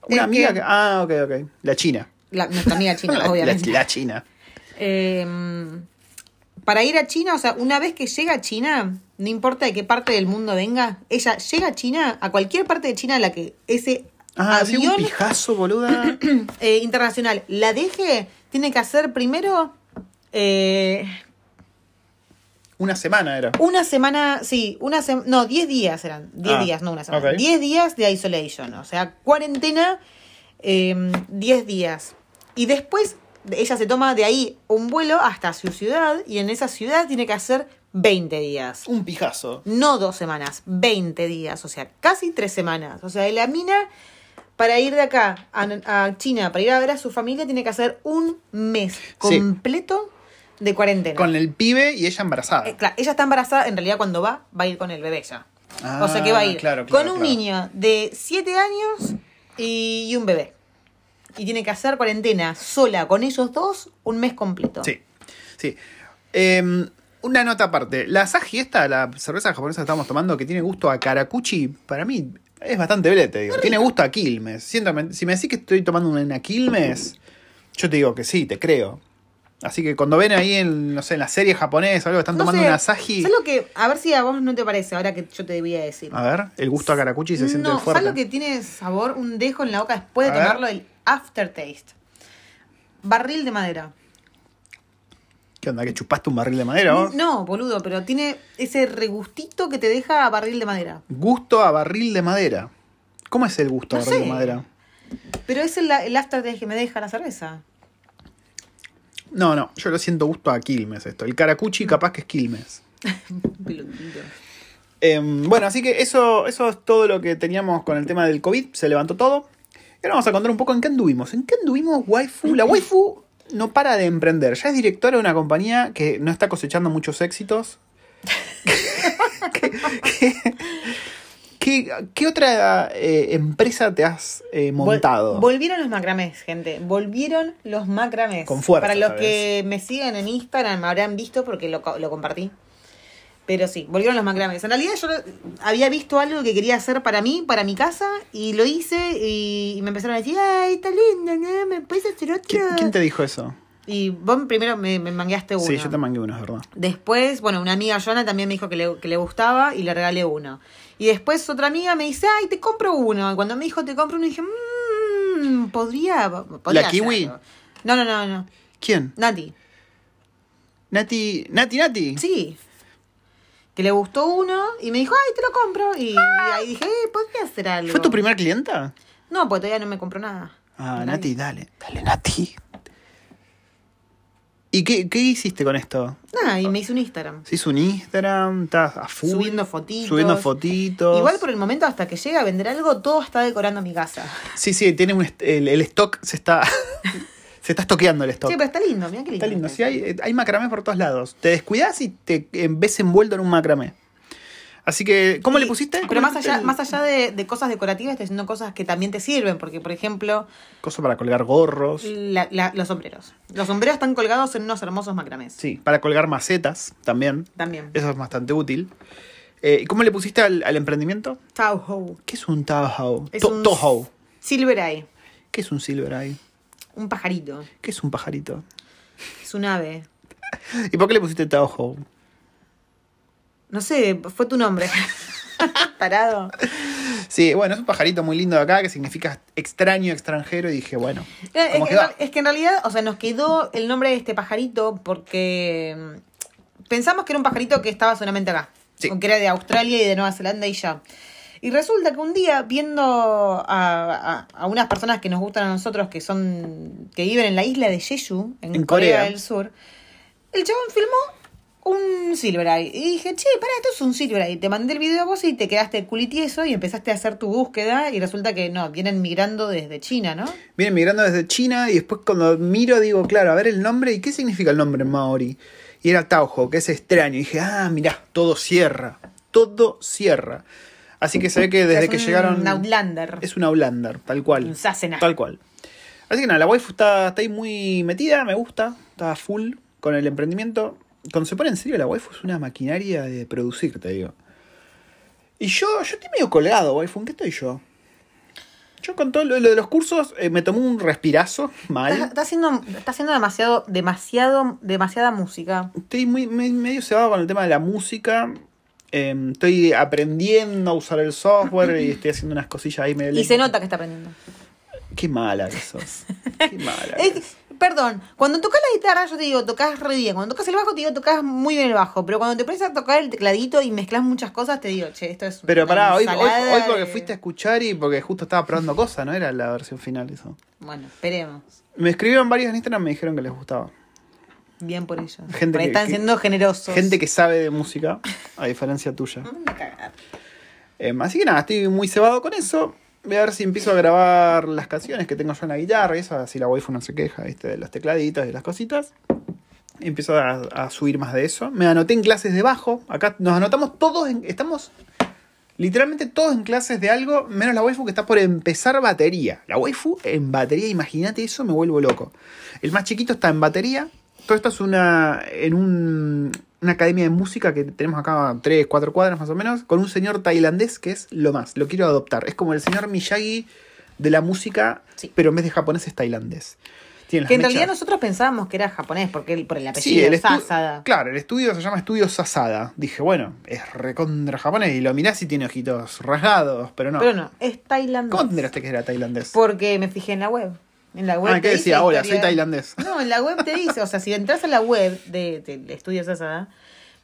[SPEAKER 2] es
[SPEAKER 1] Una amiga
[SPEAKER 2] que-
[SPEAKER 1] que... Ah, ok, ok. La China.
[SPEAKER 2] la,
[SPEAKER 1] [laughs]
[SPEAKER 2] nuestra amiga china,
[SPEAKER 1] La- la-
[SPEAKER 2] obviamente.
[SPEAKER 1] la China.
[SPEAKER 2] Eh, para ir a China, o sea, una vez que llega a China, no importa de qué parte del mundo venga, ella llega a China, a cualquier parte de China a la que ese
[SPEAKER 1] Ah, sí, un
[SPEAKER 2] avión
[SPEAKER 1] pijazo, boluda.
[SPEAKER 2] eh, internacional la deje, tiene que hacer primero eh,
[SPEAKER 1] Una semana era.
[SPEAKER 2] una semana, sí, una semana, no, 10 días eran, 10
[SPEAKER 1] Ah,
[SPEAKER 2] días, no una semana,
[SPEAKER 1] ok.
[SPEAKER 2] 10 días de isolation, o sea, cuarentena, eh, 10 días. Y después ella se toma de ahí un vuelo hasta su ciudad y en esa ciudad tiene que hacer 20 días.
[SPEAKER 1] Un pijazo.
[SPEAKER 2] No dos semanas, 20 días, o sea, casi tres semanas. O sea, la mina para ir de acá a, a China, para ir a ver a su familia, tiene que hacer un mes completo de cuarentena.
[SPEAKER 1] Con el pibe y ella embarazada.
[SPEAKER 2] Eh, claro, ella está embarazada, en realidad cuando va, va a ir con el bebé ya. o sea que va a ir
[SPEAKER 1] Ah, claro,
[SPEAKER 2] con
[SPEAKER 1] claro,
[SPEAKER 2] un
[SPEAKER 1] claro.
[SPEAKER 2] niño de 7 años y, y un bebé. Y tiene que hacer cuarentena sola con ellos dos un mes completo.
[SPEAKER 1] Sí, sí. Em, una nota aparte. La Saji esta, la cerveza japonesa que estamos tomando, que tiene gusto a Karakuchi, para mí es bastante velete, digo. Tiene gusto a Quilmes. Siéntame, si me decís que estoy tomando una Quilmes, yo te digo que sí, te creo. Así que cuando ven ahí en, no sé, en la serie japonesa o algo, están
[SPEAKER 2] No
[SPEAKER 1] tomando
[SPEAKER 2] sé,
[SPEAKER 1] una Saji.
[SPEAKER 2] ¿sabes lo que, a ver si a vos no te parece ahora que yo te debía decir.
[SPEAKER 1] A ver, el gusto a Karakuchi Ah, se siente
[SPEAKER 2] no,
[SPEAKER 1] fuerte.
[SPEAKER 2] ¿sabes lo que tiene sabor? Un dejo en la boca después de
[SPEAKER 1] A ver.
[SPEAKER 2] tomarlo el aftertaste. Barril de madera.
[SPEAKER 1] ¿Qué onda? ¿Que chupaste un barril de madera vos?
[SPEAKER 2] No, boludo, pero tiene ese regustito que te deja a barril de madera.
[SPEAKER 1] Gusto a barril de madera. ¿Cómo es el gusto a
[SPEAKER 2] No
[SPEAKER 1] barril
[SPEAKER 2] sé.
[SPEAKER 1] de madera?
[SPEAKER 2] Pero es el, el aftertaste que me deja la cerveza.
[SPEAKER 1] No, no, yo lo siento gusto a Quilmes esto. El Karakuchi capaz que es Quilmes.
[SPEAKER 2] Pelotito.
[SPEAKER 1] Em, bueno, así que eso, eso es todo lo que teníamos con el tema del COVID. Se levantó todo. Y ahora vamos a contar un poco en qué anduvimos. ¿En qué anduvimos waifu? La waifu no para de emprender. Ya es directora de una compañía que no está cosechando muchos
[SPEAKER 2] [laughs]
[SPEAKER 1] éxitos. ¿Qué, qué- qué- qué otra eh, empresa te has eh,
[SPEAKER 2] Vol-
[SPEAKER 1] montado?
[SPEAKER 2] volvieron los macramés, gente. Volvieron los macramés.
[SPEAKER 1] Con fuerza,
[SPEAKER 2] Para los
[SPEAKER 1] esta
[SPEAKER 2] que me siguen en Instagram me habrán visto porque lo, co- lo compartí. Pero sí, volvieron los macramés. En realidad yo lo- había visto algo que quería hacer para mí, para mi casa, y lo hice y, y me empezaron a decir, ay, está lindo, ¿no? ¿Me puedes hacer otro?
[SPEAKER 1] ¿Qui- ¿Quién te dijo eso?
[SPEAKER 2] Y vos primero me, me mangueaste uno.
[SPEAKER 1] Sí, yo te mangué uno, es verdad.
[SPEAKER 2] Después, bueno, una amiga Joana también me dijo que le, que le gustaba y le regalé uno. Y después otra amiga me dice, ay, te compro uno. Y cuando me dijo, te compro uno, dije, mmm, podría, podría
[SPEAKER 1] ¿La
[SPEAKER 2] hacer
[SPEAKER 1] kiwi?
[SPEAKER 2] algo". No, no, no, no.
[SPEAKER 1] ¿Quién?
[SPEAKER 2] Nati.
[SPEAKER 1] Nati, Nati, Nati.
[SPEAKER 2] Sí. Que le gustó uno y me dijo, ay, te lo compro. Y, y ahí dije, eh, podría hacer algo.
[SPEAKER 1] ¿Fue tu primer clienta?
[SPEAKER 2] No, pues todavía no me compró nada.
[SPEAKER 1] Ah,
[SPEAKER 2] Nadie.
[SPEAKER 1] Nati, dale, dale, Nati. ¿Y qué, qué hiciste con esto?
[SPEAKER 2] Nada, y me hizo un Instagram.
[SPEAKER 1] ¿Se hizo un Instagram? ¿Estás a full?
[SPEAKER 2] Subiendo fotitos.
[SPEAKER 1] Subiendo fotitos.
[SPEAKER 2] Igual por el momento, hasta que llegue a vender algo, todo está decorando mi casa.
[SPEAKER 1] Sí, sí, tiene un est- el, el stock se
[SPEAKER 2] [laughs]
[SPEAKER 1] está. [laughs] se está estoqueando el stock.
[SPEAKER 2] Sí, pero está lindo, mira qué lindo.
[SPEAKER 1] está lindo.
[SPEAKER 2] que
[SPEAKER 1] Sí, hay, hay macramé por todos lados. Te descuidas y te eh, ves envuelto en un macramé. Así que, ¿cómo le
[SPEAKER 2] Y-
[SPEAKER 1] pusiste? ¿Cómo
[SPEAKER 2] Pero más
[SPEAKER 1] le pusiste
[SPEAKER 2] allá,
[SPEAKER 1] el
[SPEAKER 2] más allá de, de cosas decorativas, estoy haciendo cosas que también te sirven, porque por ejemplo,
[SPEAKER 1] Coso para colgar gorros.
[SPEAKER 2] la- la- los sombreros. Los sombreros están colgados en unos hermosos macramés.
[SPEAKER 1] Sí, para colgar macetas también.
[SPEAKER 2] También.
[SPEAKER 1] Eso es bastante útil. Eh, ¿Y cómo le pusiste al, al emprendimiento?
[SPEAKER 2] Tauho.
[SPEAKER 1] ¿Qué es un Tahoe?
[SPEAKER 2] Es
[SPEAKER 1] To-
[SPEAKER 2] un-
[SPEAKER 1] Toho.
[SPEAKER 2] Silver Eye.
[SPEAKER 1] ¿Qué es un Silver Eye?
[SPEAKER 2] Un pajarito.
[SPEAKER 1] ¿Qué es un pajarito?
[SPEAKER 2] Es un ave.
[SPEAKER 1] ¿Y por qué le pusiste Tahoe? [laughs]
[SPEAKER 2] No sé, fue tu nombre. Parado.
[SPEAKER 1] Sí, bueno, es un pajarito muy lindo de acá que significa extraño, extranjero, y dije, bueno,
[SPEAKER 2] Eh,
[SPEAKER 1] ¿cómo
[SPEAKER 2] es, que,
[SPEAKER 1] queda?
[SPEAKER 2] en- es que en realidad, o sea, nos quedó el nombre de este pajarito porque mm, pensamos que era un pajarito que estaba solamente acá.
[SPEAKER 1] Sí.
[SPEAKER 2] O que era de Australia y de Nueva Zelanda y ya. Y resulta que un día, viendo a, a- a unas personas que nos gustan a nosotros, que son. que viven en la isla de Jeju, en,
[SPEAKER 1] En
[SPEAKER 2] Corea.
[SPEAKER 1] Corea.
[SPEAKER 2] del Sur, el chabón filmó un Silvereye. Y dije, che, pará, esto es un Silvereye. Te mandé el video a vos y te quedaste culitieso y empezaste a hacer tu búsqueda. Y resulta que no, vienen migrando desde China, ¿no?
[SPEAKER 1] Vienen migrando desde China y después cuando miro digo, claro, a ver el nombre y qué significa el nombre en maori. Y era Taujo, que es extraño. Y dije, ah, mirá, todo cierra, todo cierra. Así que se ve que desde
[SPEAKER 2] Es
[SPEAKER 1] que
[SPEAKER 2] un
[SPEAKER 1] llegaron...
[SPEAKER 2] Outlander.
[SPEAKER 1] Es un Outlander, tal cual.
[SPEAKER 2] Un Sassenach.
[SPEAKER 1] Tal cual. Así que nada, la waifu está, está ahí muy metida, me gusta, está full con el emprendimiento. Cuando se pone en serio, la waifu es una maquinaria de producir, te digo. Y yo, yo estoy medio colgado, waifu, ¿en qué estoy yo? Yo con todo lo, lo de los cursos eh, me tomé un respirazo [laughs]
[SPEAKER 2] Está, [laughs]
[SPEAKER 1] mal.
[SPEAKER 2] está haciendo, está haciendo demasiado, demasiado, demasiada música.
[SPEAKER 1] Estoy muy, me- medio cebado con el tema de la música. Em, estoy aprendiendo a usar el software y estoy haciendo unas cosillas ahí medio
[SPEAKER 2] Y se
[SPEAKER 1] lentas.
[SPEAKER 2] nota que está aprendiendo.
[SPEAKER 1] Qué mala que
[SPEAKER 2] [laughs]
[SPEAKER 1] sos. Qué mala. que
[SPEAKER 2] Es que- perdón, cuando tocas la guitarra, yo te digo, tocas re bien. Cuando tocas el bajo, te digo, tocas muy bien el bajo. Pero cuando te pones a tocar el tecladito y mezclas muchas cosas, te digo, che, esto es.
[SPEAKER 1] Pero
[SPEAKER 2] una
[SPEAKER 1] pará, hoy, hoy,
[SPEAKER 2] ensalada
[SPEAKER 1] hoy porque
[SPEAKER 2] de-
[SPEAKER 1] fuiste a escuchar y porque justo estaba probando cosas, ¿no? Era la versión final eso.
[SPEAKER 2] Bueno, esperemos.
[SPEAKER 1] Me escribieron varios en Instagram, me dijeron que les gustaba.
[SPEAKER 2] Bien por ellos.
[SPEAKER 1] Gente
[SPEAKER 2] Porque
[SPEAKER 1] que-
[SPEAKER 2] están
[SPEAKER 1] que-
[SPEAKER 2] siendo generosos.
[SPEAKER 1] Gente que sabe de música, a diferencia tuya.
[SPEAKER 2] Una cagada.
[SPEAKER 1] Em, así que nada, estoy muy cebado con eso. Voy a ver si empiezo a grabar las canciones que tengo yo en la guitarra y eso, así la waifu no se queja, ¿viste? De los tecladitos y las cositas. Y Empiezo a, a subir más de eso. Me anoté en clases de bajo. Acá nos anotamos todos, en- estamos literalmente todos en clases de algo, menos la waifu que está por empezar batería. La waifu en batería, imagínate eso, me vuelvo loco. El más chiquito está en batería. Todo esto es una en un- una academia de música que tenemos acá a tres, cuatro cuadras más o menos, con un señor tailandés que es lo más, lo quiero adoptar. Es como el señor Miyagi de la música,
[SPEAKER 2] Sí.
[SPEAKER 1] pero en vez de japonés es tailandés. Tiene las
[SPEAKER 2] Que en
[SPEAKER 1] mechas-
[SPEAKER 2] realidad nosotros pensábamos que era japonés, porque él, por el apellido,
[SPEAKER 1] el estu-
[SPEAKER 2] Sasada.
[SPEAKER 1] Claro, el estudio se llama Estudio Sasada. Dije, bueno, es recontra japonés y lo mirás y tiene ojitos rasgados, pero no.
[SPEAKER 2] Pero no, es tailandés.
[SPEAKER 1] ¿Cómo te enteraste que era tailandés?
[SPEAKER 2] Porque me fijé en la web. En la web
[SPEAKER 1] ah,
[SPEAKER 2] te
[SPEAKER 1] ¿qué
[SPEAKER 2] dice
[SPEAKER 1] decía? Hola, soy
[SPEAKER 2] historia-
[SPEAKER 1] tailandés.
[SPEAKER 2] No, en la web te dice, o sea, si entras a la web de, de Estudios Asada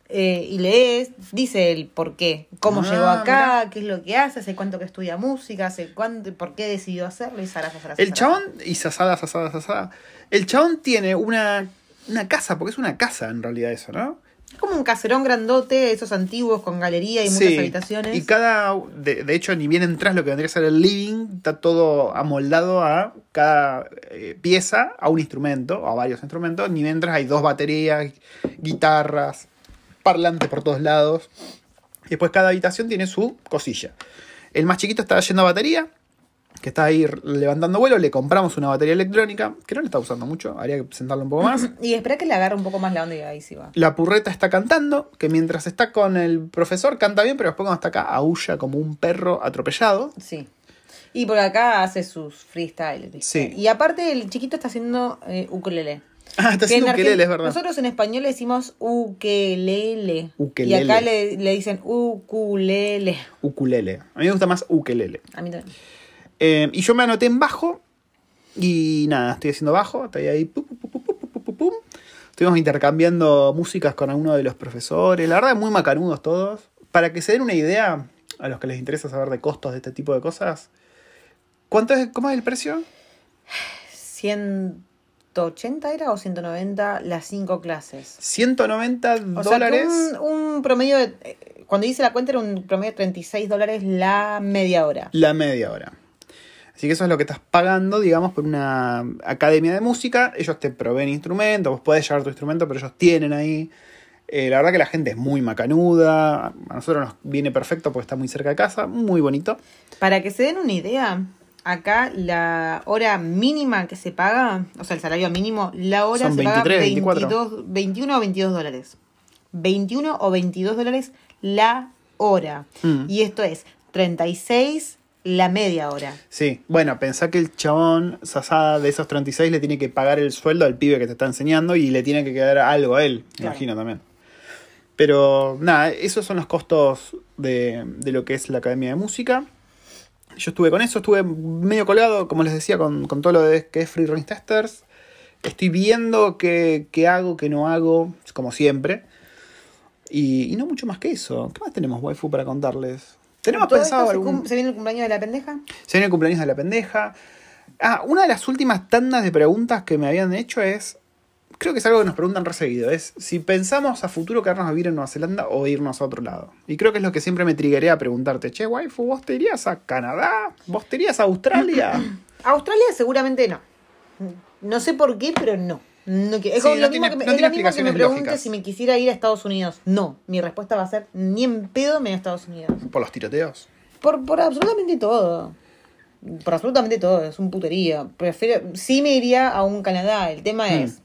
[SPEAKER 2] eh, y lees, dice el por qué, cómo
[SPEAKER 1] Ah,
[SPEAKER 2] llegó acá,
[SPEAKER 1] mirá.
[SPEAKER 2] qué es lo que hace, hace cuánto que estudia música, hace cuánto, y por qué decidió hacerlo y zaraz, zaraz,
[SPEAKER 1] El
[SPEAKER 2] zaraz.
[SPEAKER 1] chabón, y Sasada, Sasada, Sasada. El chabón tiene una, una casa, porque es una casa en realidad eso, ¿no?
[SPEAKER 2] Es como un caserón grandote, esos antiguos con galería y muchas
[SPEAKER 1] Sí.
[SPEAKER 2] habitaciones.
[SPEAKER 1] Y cada. De, de hecho, ni bien entras lo que vendría a ser el living, está todo amoldado a cada eh, pieza, a un instrumento, o a varios instrumentos. Ni bien entras, hay dos baterías, guitarras, parlantes por todos lados. Y después cada habitación tiene su cosilla. El más chiquito está yendo a batería, que está ahí levantando vuelo. Le compramos una batería electrónica, que no le está usando mucho, habría que sentarlo un poco más.
[SPEAKER 2] Y espera que le agarre un poco más la onda y ahí sí va.
[SPEAKER 1] La purreta está cantando, que mientras está con el profesor canta bien, pero después cuando está acá aúlla como un perro atropellado. [laughs]
[SPEAKER 2] Sí. Y por acá hace sus freestyles. ¿viste?
[SPEAKER 1] Sí.
[SPEAKER 2] Y aparte el chiquito está haciendo eh, ukelele.
[SPEAKER 1] Ah, está
[SPEAKER 2] Que en
[SPEAKER 1] haciendo ukelele,
[SPEAKER 2] Argen-
[SPEAKER 1] es verdad.
[SPEAKER 2] Nosotros en español le decimos ukelele.
[SPEAKER 1] Ukelele.
[SPEAKER 2] Y acá le, le dicen ukulele.
[SPEAKER 1] Ukulele. A mí me gusta más ukelele.
[SPEAKER 2] A mí también.
[SPEAKER 1] Eh, y yo me anoté en bajo. Y nada, estoy haciendo bajo. Estoy ahí. pu, pu, pu, pu, pu, pu, pu, pu, pum. Estuvimos intercambiando músicas con alguno de los profesores. La verdad, muy macanudos todos. Para que se den una idea, a los que les interesa saber de costos de este tipo de cosas, ¿cuánto es, ¿cómo es el precio?
[SPEAKER 2] 180 era o 190 las cinco clases.
[SPEAKER 1] 190
[SPEAKER 2] O
[SPEAKER 1] dólares.
[SPEAKER 2] sea, que un, un promedio de... eh, Cuando hice la cuenta era un promedio de 36 dólares la media hora.
[SPEAKER 1] La media hora. Así que eso es lo que estás pagando, digamos, por una academia de música. Ellos te proveen instrumentos, vos podés llevar tu instrumento, pero ellos tienen ahí. Eh, la verdad que la gente es muy macanuda. A nosotros nos viene perfecto porque está muy cerca de casa. Muy bonito.
[SPEAKER 2] Para que se den una idea, acá la hora mínima que se paga, o sea, el salario mínimo, la hora
[SPEAKER 1] Son
[SPEAKER 2] se
[SPEAKER 1] 23,
[SPEAKER 2] paga
[SPEAKER 1] 24.
[SPEAKER 2] 22, 21 o 22 dólares. 21 o 22 dólares la hora.
[SPEAKER 1] Mm.
[SPEAKER 2] Y esto es 36 la media hora.
[SPEAKER 1] Sí, bueno, pensá que el chabón Sasada de esos 36 le tiene que pagar el sueldo al pibe que te está enseñando y le tiene que quedar algo a él, me
[SPEAKER 2] Claro.
[SPEAKER 1] imagino también. Pero nada, esos son los costos de, de lo que es la Academia de Música. Yo estuve con eso, estuve medio colgado, como les decía, con, con todo lo de que es Free Running Testers. Estoy viendo qué, qué hago, qué no hago, como siempre. Y, y no mucho más que eso. ¿Qué más tenemos, waifu, para contarles? Tenemos
[SPEAKER 2] ¿Todo esto
[SPEAKER 1] pensado
[SPEAKER 2] se,
[SPEAKER 1] algún...
[SPEAKER 2] cum- se viene el cumpleaños de la pendeja?
[SPEAKER 1] Se viene el cumpleaños de la pendeja. Ah, una de las últimas tandas de preguntas que me habían hecho es. Creo que es algo que nos preguntan re seguido. Es si pensamos a futuro quedarnos a vivir en Nueva Zelanda o irnos a otro lado. Y creo que es lo que siempre me triguería a preguntarte, che, waifu, ¿vos te irías a Canadá? ¿Vos te irías a Australia?
[SPEAKER 2] Australia seguramente no. No sé por qué, pero no. No que- es
[SPEAKER 1] Sí,
[SPEAKER 2] como
[SPEAKER 1] no
[SPEAKER 2] lo mismo
[SPEAKER 1] tiene- no tiene
[SPEAKER 2] que me, es lo mismo que me
[SPEAKER 1] explicaciones
[SPEAKER 2] pregunte
[SPEAKER 1] lógicas.
[SPEAKER 2] si me quisiera ir a Estados Unidos. No, mi respuesta va a ser ni en pedo me voy a Estados Unidos.
[SPEAKER 1] Por los tiroteos.
[SPEAKER 2] Por, por absolutamente todo. Por absolutamente todo, es un putería. Prefiero, sí me iría a un Canadá. El tema
[SPEAKER 1] Mm.
[SPEAKER 2] es,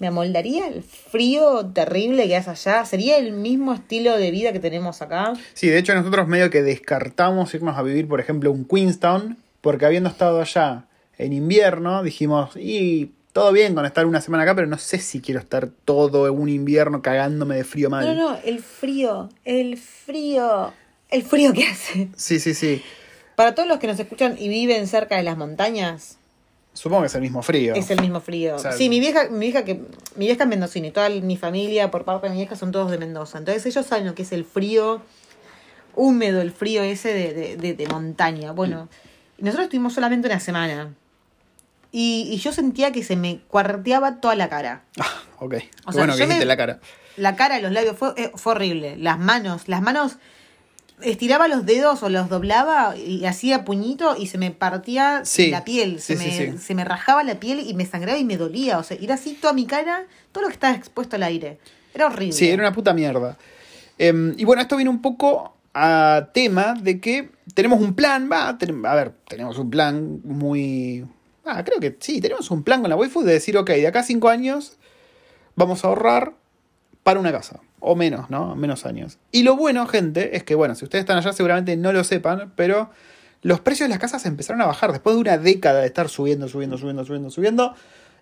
[SPEAKER 2] ¿me amoldaría el frío terrible que hace allá? ¿Sería el mismo estilo de vida que tenemos acá?
[SPEAKER 1] Sí, de hecho nosotros medio que descartamos irnos a vivir, por ejemplo, un Queenstown, porque habiendo estado allá en invierno, dijimos, y todo bien con estar una semana acá, pero no sé si quiero estar todo un invierno cagándome de frío mal.
[SPEAKER 2] No, no, el frío, el frío, el frío que hace.
[SPEAKER 1] Sí, sí, sí.
[SPEAKER 2] Para todos los que nos escuchan y viven cerca de las montañas,
[SPEAKER 1] Supongo que es el mismo frío.
[SPEAKER 2] es el mismo frío.
[SPEAKER 1] O sea,
[SPEAKER 2] sí, mi vieja, mi vieja que mi vieja es mendocina y toda mi familia por parte de mi vieja son todos de Mendoza. Entonces ellos saben lo que es el frío húmedo, el frío ese de, de, de- de montaña. Bueno,
[SPEAKER 1] Mm.
[SPEAKER 2] nosotros estuvimos solamente una semana. Y, y yo sentía que se me cuarteaba toda la cara.
[SPEAKER 1] Ah, ok. Qué
[SPEAKER 2] O sea,
[SPEAKER 1] bueno,
[SPEAKER 2] yo
[SPEAKER 1] que dijiste
[SPEAKER 2] me-
[SPEAKER 1] la cara.
[SPEAKER 2] La cara, los labios, fue, eh, fue horrible. Las manos, las manos, estiraba los dedos o los doblaba y hacía puñito y se me partía
[SPEAKER 1] Sí,
[SPEAKER 2] la piel, se,
[SPEAKER 1] sí,
[SPEAKER 2] me,
[SPEAKER 1] sí, sí.
[SPEAKER 2] se me rajaba la piel y me sangraba y me dolía. O sea, era así toda mi cara, todo lo que estaba expuesto al aire. Era horrible.
[SPEAKER 1] Sí, era una puta mierda. Em, y bueno, esto viene un poco a tema de que tenemos un plan, va, ten- a ver, tenemos un plan muy... Ah, creo que sí, tenemos un plan con la waifu de decir, ok, de acá a cinco años vamos a ahorrar para una casa. O menos, ¿no? Menos años. Y lo bueno, gente, es que, bueno, si ustedes están allá seguramente no lo sepan, pero los precios de las casas empezaron a bajar. Después de una década de estar subiendo, subiendo, subiendo, subiendo, subiendo,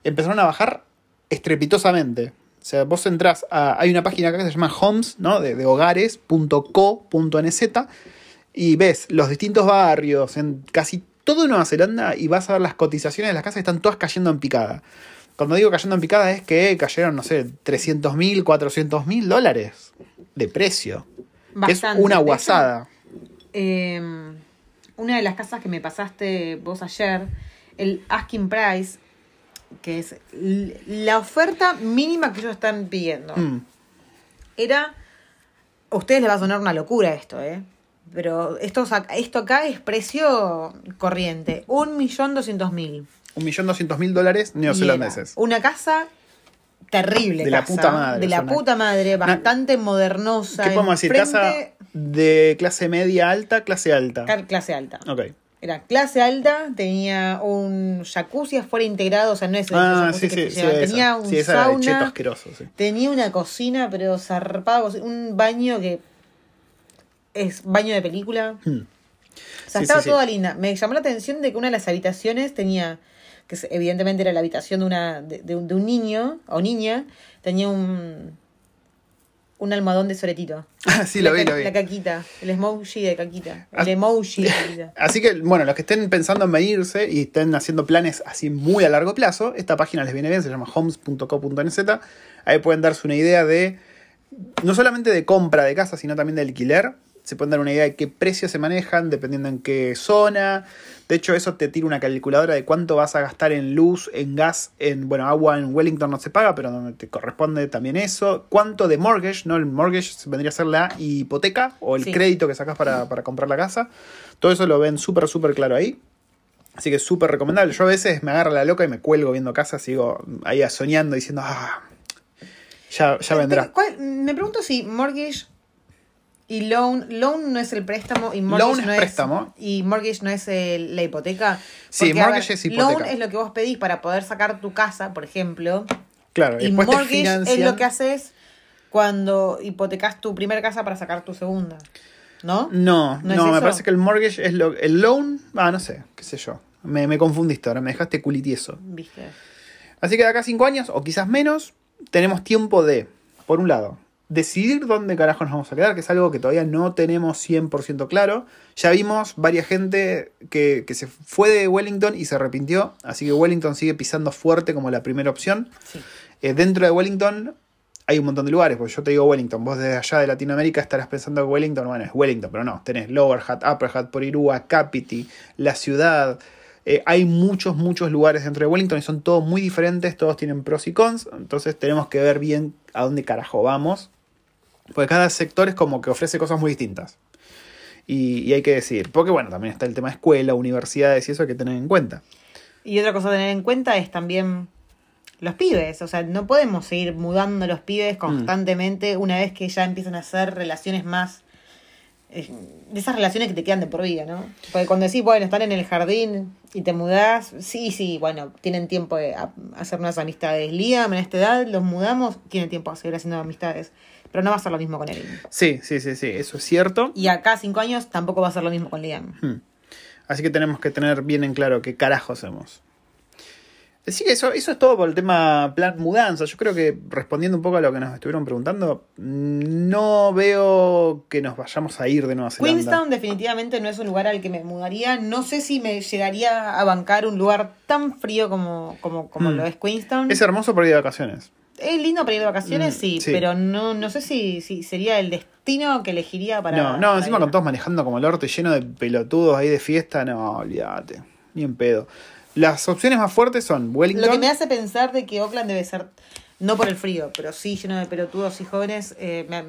[SPEAKER 1] empezaron a bajar estrepitosamente. O sea, vos entras a... Hay una página acá que se llama homes, ¿no? De, de hogares.co.nz y ves los distintos barrios en casi todo Nueva Zelanda y vas a ver las cotizaciones de las casas que están todas cayendo en picada. Cuando digo cayendo en picada es que cayeron, no sé, 300 mil, 400 mil dólares de precio. Que es
[SPEAKER 2] Bastante.
[SPEAKER 1] una
[SPEAKER 2] De hecho,
[SPEAKER 1] guasada.
[SPEAKER 2] eh, una de las casas que me pasaste vos ayer, el asking price, que es l- la oferta mínima que ellos están pidiendo.
[SPEAKER 1] Mm.
[SPEAKER 2] era. A ustedes les va a sonar una locura esto, ¿eh? Pero esto, sa- esto acá es precio corriente: 1.200.000.
[SPEAKER 1] 1.200.000 dólares neozelandeses.
[SPEAKER 2] Y era Una casa terrible.
[SPEAKER 1] De la
[SPEAKER 2] casa,
[SPEAKER 1] puta madre,
[SPEAKER 2] De la
[SPEAKER 1] es una-
[SPEAKER 2] puta madre, bastante modernosa.
[SPEAKER 1] ¿Qué podemos decir? Casa
[SPEAKER 2] enfrente-
[SPEAKER 1] de clase media alta, clase alta.
[SPEAKER 2] ca- Clase alta.
[SPEAKER 1] Ok.
[SPEAKER 2] Era clase alta, tenía un jacuzzi afuera integrado, o sea, no es el
[SPEAKER 1] Ah,
[SPEAKER 2] jacuzzi
[SPEAKER 1] sí,
[SPEAKER 2] que
[SPEAKER 1] sí,
[SPEAKER 2] te
[SPEAKER 1] sí.
[SPEAKER 2] llevan,
[SPEAKER 1] esa.
[SPEAKER 2] Tenía un
[SPEAKER 1] sí, esa era de cheto
[SPEAKER 2] sauna.
[SPEAKER 1] asqueroso, sí.
[SPEAKER 2] Tenía una cocina, pero zarpado, cosi- un baño que es baño de película.
[SPEAKER 1] Mm.
[SPEAKER 2] O sea,
[SPEAKER 1] Sí,
[SPEAKER 2] estaba
[SPEAKER 1] sí, sí.
[SPEAKER 2] toda linda. Me llamó la atención de que una de las habitaciones tenía, que es- evidentemente era la habitación de, una, de, de un, de un niño o niña, tenía un, un almohadón de soretito.
[SPEAKER 1] Ah, [clears throat] sí, lo
[SPEAKER 2] La
[SPEAKER 1] vi,
[SPEAKER 2] ca-
[SPEAKER 1] lo vi.
[SPEAKER 2] La caquita, el emoji de caquita.
[SPEAKER 1] Ah.
[SPEAKER 2] El emoji de
[SPEAKER 1] [laughs]
[SPEAKER 2] caquita.
[SPEAKER 1] Así que, bueno, los que estén pensando en venirse y estén haciendo planes así muy a largo plazo, esta página les viene bien, se llama homes.co.nz. Ahí pueden darse una idea de, no solamente de compra de casa, sino también de alquiler. Se pueden dar una idea de qué precios se manejan, dependiendo en qué zona. De hecho, eso te tira una calculadora de cuánto vas a gastar en luz, en gas, en, bueno, agua en Wellington no se paga, pero donde te corresponde también eso. Cuánto de mortgage, ¿no? El mortgage vendría a ser la hipoteca o el
[SPEAKER 2] Sí.
[SPEAKER 1] crédito que sacas para, para comprar la casa. Todo eso lo ven súper, súper claro ahí. Así que es súper recomendable. Yo a veces me agarro la loca y me cuelgo viendo casas y digo, ahí soñando, diciendo, ah, ya, ya vendrá.
[SPEAKER 2] ¿Cuál- Me pregunto si mortgage y loan, loan no es el préstamo y mortgage
[SPEAKER 1] Loan es
[SPEAKER 2] no
[SPEAKER 1] préstamo.
[SPEAKER 2] y mortgage no es el- la hipoteca.
[SPEAKER 1] Sí,
[SPEAKER 2] a
[SPEAKER 1] mortgage es hipoteca.
[SPEAKER 2] Loan es lo que vos pedís para poder sacar tu casa, por ejemplo,
[SPEAKER 1] Claro,
[SPEAKER 2] y
[SPEAKER 1] después te
[SPEAKER 2] mortgage es
[SPEAKER 1] financian.
[SPEAKER 2] lo que haces cuando hipotecas tu primera casa para sacar tu segunda, ¿no?
[SPEAKER 1] No,
[SPEAKER 2] ¿No
[SPEAKER 1] no,
[SPEAKER 2] es
[SPEAKER 1] me
[SPEAKER 2] eso?
[SPEAKER 1] parece que el mortgage es lo. El loan, ah, no sé, qué sé yo. Me, me confundiste ahora, me dejaste culitieso.
[SPEAKER 2] Viste.
[SPEAKER 1] Así que de acá a 5 años, o quizás menos, tenemos tiempo de, por un lado, decidir dónde carajo nos vamos a quedar, que es algo que todavía no tenemos 100% claro. Ya vimos varias gente que, que se fue de Wellington y se arrepintió, así que Wellington sigue pisando fuerte como la primera opción.
[SPEAKER 2] Sí.
[SPEAKER 1] Eh, dentro de Wellington hay un montón de lugares, porque yo te digo Wellington, vos desde allá de Latinoamérica estarás pensando que Wellington, bueno, es Wellington, pero no, tenés Lower Hat, Upper Hat, Porirúa, Capiti, la ciudad. Eh, hay muchos, muchos lugares dentro de Wellington y son todos muy diferentes, todos tienen pros y cons, entonces tenemos que ver bien a dónde carajo vamos, porque cada sector es como que ofrece cosas muy distintas. Y, y hay que decir, porque bueno, también está el tema de escuela, universidades y eso hay que tener en cuenta.
[SPEAKER 2] Y otra cosa a tener en cuenta es también los pibes. O sea, no podemos seguir mudando a los pibes constantemente una vez que ya empiezan a hacer relaciones más. eh, De esas relaciones que te quedan de por vida, ¿no? Porque cuando decís, bueno, están en el jardín y te mudás, sí, sí, bueno, tienen tiempo de a- hacer unas amistades. Liam, en esta edad, los mudamos, tiene tiempo de seguir haciendo amistades. Pero no va a ser lo mismo con él.
[SPEAKER 1] Sí, sí, sí, sí, eso es cierto.
[SPEAKER 2] Y acá, cinco años, tampoco va a ser lo mismo con Liam.
[SPEAKER 1] Hmm. [clears throat] Así que tenemos que tener bien en claro qué carajo hacemos. Así que eso, eso es todo por el tema plan mudanza. Yo creo que respondiendo un poco a lo que nos estuvieron preguntando, no veo que nos vayamos a ir de Nueva Zelanda.
[SPEAKER 2] Queenstown definitivamente no es un lugar al que me mudaría. No sé si me llegaría a bancar un lugar tan frío como, como, como
[SPEAKER 1] Mm.
[SPEAKER 2] lo es Queenstown.
[SPEAKER 1] Es
[SPEAKER 2] Es,
[SPEAKER 1] hermoso por ir de vacaciones.
[SPEAKER 2] lindo para ir de vacaciones,
[SPEAKER 1] Mm,
[SPEAKER 2] sí,
[SPEAKER 1] sí.
[SPEAKER 2] pero no, no sé si, si sería el destino que elegiría para...
[SPEAKER 1] no, no,
[SPEAKER 2] para
[SPEAKER 1] encima
[SPEAKER 2] ir.
[SPEAKER 1] con todos manejando como el orte, lleno de pelotudos ahí de fiesta, no, olvídate. Ni en pedo. Las opciones más fuertes son Wellington.
[SPEAKER 2] Lo que me hace pensar de que Oakland debe ser, no por el frío, pero sí lleno de pelotudos y jóvenes, eh, me-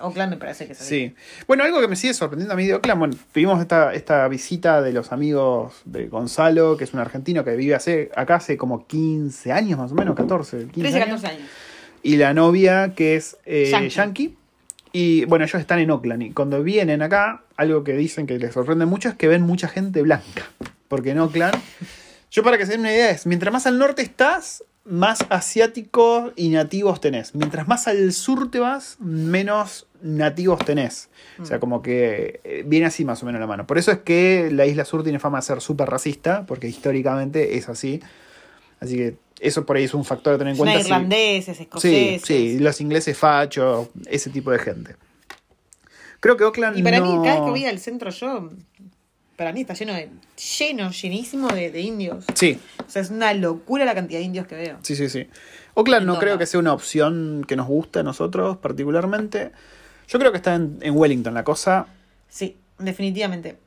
[SPEAKER 2] Oakland me parece que es así.
[SPEAKER 1] Sí. Bueno, algo que me sigue sorprendiendo a mí de Oakland, bueno, tuvimos esta, esta visita de los amigos de Gonzalo, que es un argentino que vive hace, acá hace como 15 años más o menos, 14, 15
[SPEAKER 2] 13,
[SPEAKER 1] años.
[SPEAKER 2] 14 años.
[SPEAKER 1] Y la novia que es eh,
[SPEAKER 2] Yankee.
[SPEAKER 1] yankee. Y bueno, ellos están en Oakland y cuando vienen acá, algo que dicen que les sorprende mucho es que ven mucha gente blanca. Porque en Oakland, yo para que se den una idea es, mientras más al norte estás, más asiáticos y nativos tenés. Mientras más al sur te vas, menos nativos tenés. O sea, como que eh, viene así más o menos la mano. Por eso es que la isla sur tiene fama de ser súper racista, porque históricamente es así. Así que eso por ahí es un factor a tener en
[SPEAKER 2] Lleno de
[SPEAKER 1] cuenta. si-
[SPEAKER 2] irlandeses,
[SPEAKER 1] Sí,
[SPEAKER 2] escoceses.
[SPEAKER 1] sí, los ingleses fachos, ese tipo de gente. Creo que Oakland
[SPEAKER 2] Y para
[SPEAKER 1] no-
[SPEAKER 2] mí, cada vez que voy al centro yo, para mí está lleno de, lleno, llenísimo de, de indios.
[SPEAKER 1] Sí,
[SPEAKER 2] O sea, es una locura la cantidad de indios que veo.
[SPEAKER 1] sí, sí, sí. Oakland
[SPEAKER 2] En
[SPEAKER 1] no
[SPEAKER 2] todo
[SPEAKER 1] creo
[SPEAKER 2] lado.
[SPEAKER 1] que sea una opción que nos guste a nosotros particularmente. Yo creo que está en, en Wellington la cosa
[SPEAKER 2] Sí, definitivamente.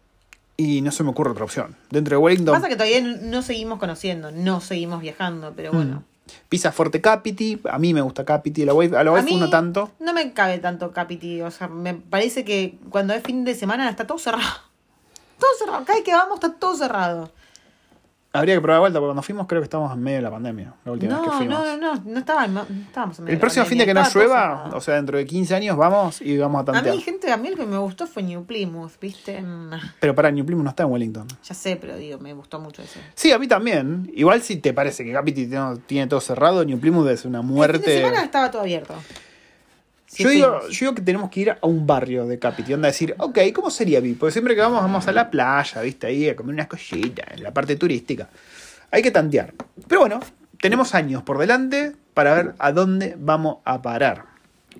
[SPEAKER 1] y no se me ocurre otra opción. Dentro de Wellington
[SPEAKER 2] Pasa que todavía no, no seguimos conociendo, no seguimos viajando, pero
[SPEAKER 1] Mm.
[SPEAKER 2] bueno.
[SPEAKER 1] pisa fuerte Capiti, a mí me gusta Capiti, la Wave, a la
[SPEAKER 2] A
[SPEAKER 1] Wave
[SPEAKER 2] mí
[SPEAKER 1] no tanto.
[SPEAKER 2] No me cabe tanto Capiti, o sea, me parece que cuando es fin de semana está todo cerrado. [laughs] Todo cerrado, cada vez que vamos está todo cerrado.
[SPEAKER 1] Habría que probar de vuelta, porque cuando fuimos creo que estábamos en medio de la pandemia, la última
[SPEAKER 2] No,
[SPEAKER 1] vez que
[SPEAKER 2] no,
[SPEAKER 1] fuimos.
[SPEAKER 2] no, no, no estaba- no estábamos en medio
[SPEAKER 1] El próximo fin de que
[SPEAKER 2] pandemia,
[SPEAKER 1] no
[SPEAKER 2] estaba todo
[SPEAKER 1] llueva,
[SPEAKER 2] cerrado.
[SPEAKER 1] o sea, dentro de 15 años vamos y vamos a
[SPEAKER 2] a
[SPEAKER 1] tantear.
[SPEAKER 2] mí, gente, a mí lo que me gustó fue New Plymouth, ¿viste? Mm.
[SPEAKER 1] Pero para New Plymouth no está en Wellington.
[SPEAKER 2] Ya sé, pero digo, me gustó mucho eso.
[SPEAKER 1] Sí, a mí también. Igual si te parece que Capiti tiene, tiene todo cerrado, New Plymouth es una
[SPEAKER 2] El Este fin de
[SPEAKER 1] muerte.
[SPEAKER 2] semana estaba todo abierto. Sí,
[SPEAKER 1] yo, digo,
[SPEAKER 2] fuimos.
[SPEAKER 1] yo digo que tenemos que ir a un barrio de Capiti. Onda, decir, ok, ¿cómo sería VIP? Porque siempre que vamos, vamos a la playa, ¿viste? Ahí a comer unas cositas, en la parte turística. Hay que tantear. Pero bueno, tenemos años por delante para ver a dónde vamos a parar.